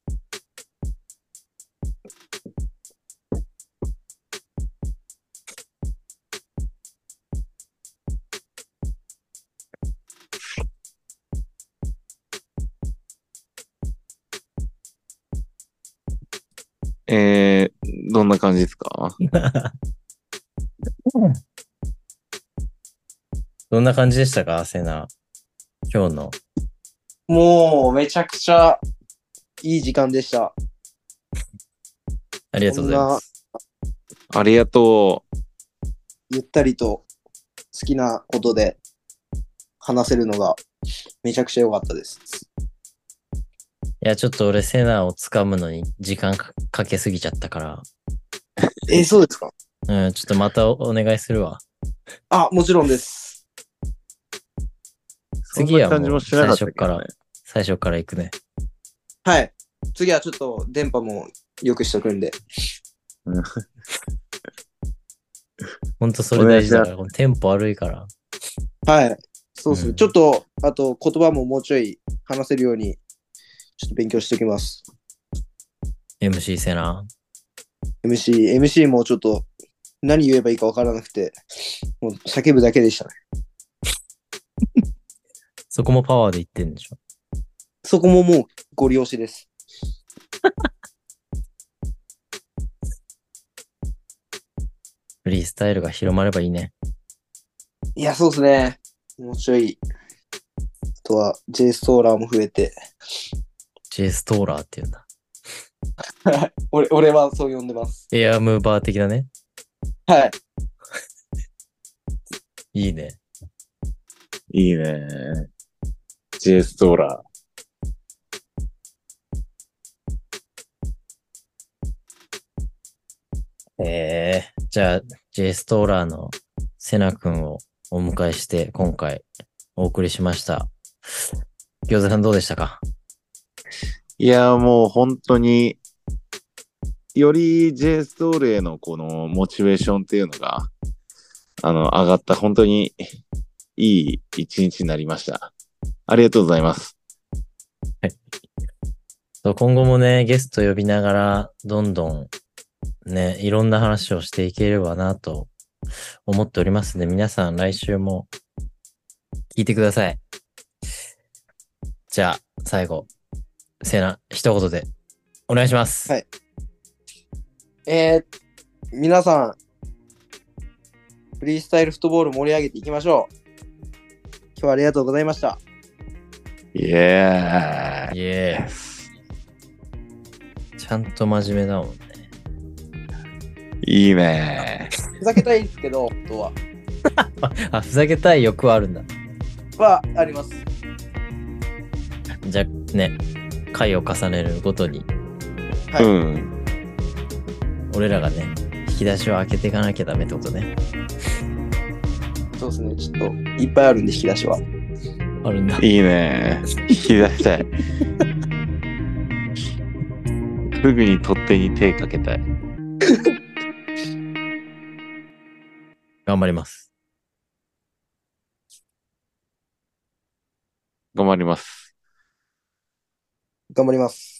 E: う。えー、どんな感じですか
A: どんな感じでしたか、セナ。今日の。
C: もう、めちゃくちゃいい時間でした。
A: ありがとうございます。
E: ありがとう。
C: ゆったりと好きなことで話せるのがめちゃくちゃ良かったです。
A: いや、ちょっと俺、セナを掴むのに時間かかけすぎちゃったか。
C: えーそうですから
A: うん、ちょっとまたおお願いするわ。
C: あ、もちろんです。
A: 次は
E: そんな感じ
A: も
E: も
A: う
E: しな
A: 最
E: かっ
A: 初
E: たけ
A: か
E: ど
A: ら
E: ね。、
A: 最初から行くね。
C: はい。次はちょっと電波も良くしとくんで。
A: ほんとそれ大事だから、このテンポ悪いから。
C: はい。そうですね。
A: うん
C: ちょっと、あと言葉ももうちょい話せるように、ちょっと勉強しておきます。
A: MC セナ。
C: MC、MC もちょっと何言えばいいか分からなくて、もう叫ぶだけでしたね。
A: そこもパワーで言ってんでしょ。
C: そこももうご利用しです。
A: フリースタイルが広まればいいね。
C: いや、そうですね。もうちょい。あとは J ストーラーも増えて、
A: J ストーラーっていうんだ。
C: 俺俺はそう呼んでます。
A: エアムーバー的だね。
C: はい。
A: いいね。
E: いいね。J ストーラ
A: ええじゃあ、J ストーラーのセナ君をお迎えして、今回お送りしました。餃子さんどうでしたか
E: ー。いや、もう本当に、より J ストールへのこのモチベーションっていうのが、あの、上がった、本当にいい一日になりました。ありがとうございます。
A: そう今後もね、ゲスト呼びながら、どんどんね、いろんな話をしていければなと思っておりますので、皆さん来週も聞いてください。じゃあ、最後、セナ、一言でお願いします。
C: はいえー、皆さん、フリースタイルフットボール盛り上げていきましょう。今日はありがとうございました。
E: イエー
A: イエーイ。ちゃんと真面目だもんね。
E: イいいね。
C: ふざけたいですけど、本当は。
A: あ、ふざけたい欲はあるんだ。
C: は、あります。
A: じゃあね、回を重ねるごとに、
C: はい
E: うん。
A: 俺らがね、引き出しを開けていかなきゃダメってことね。
C: そうですね、ちょっと、いっぱいあるんで、引き出しは。
A: あるんだ。
E: いいね。引き出した い。すぐに取っ手に手かけたい。
A: 頑張ります。
E: 頑張ります。
C: 頑張ります。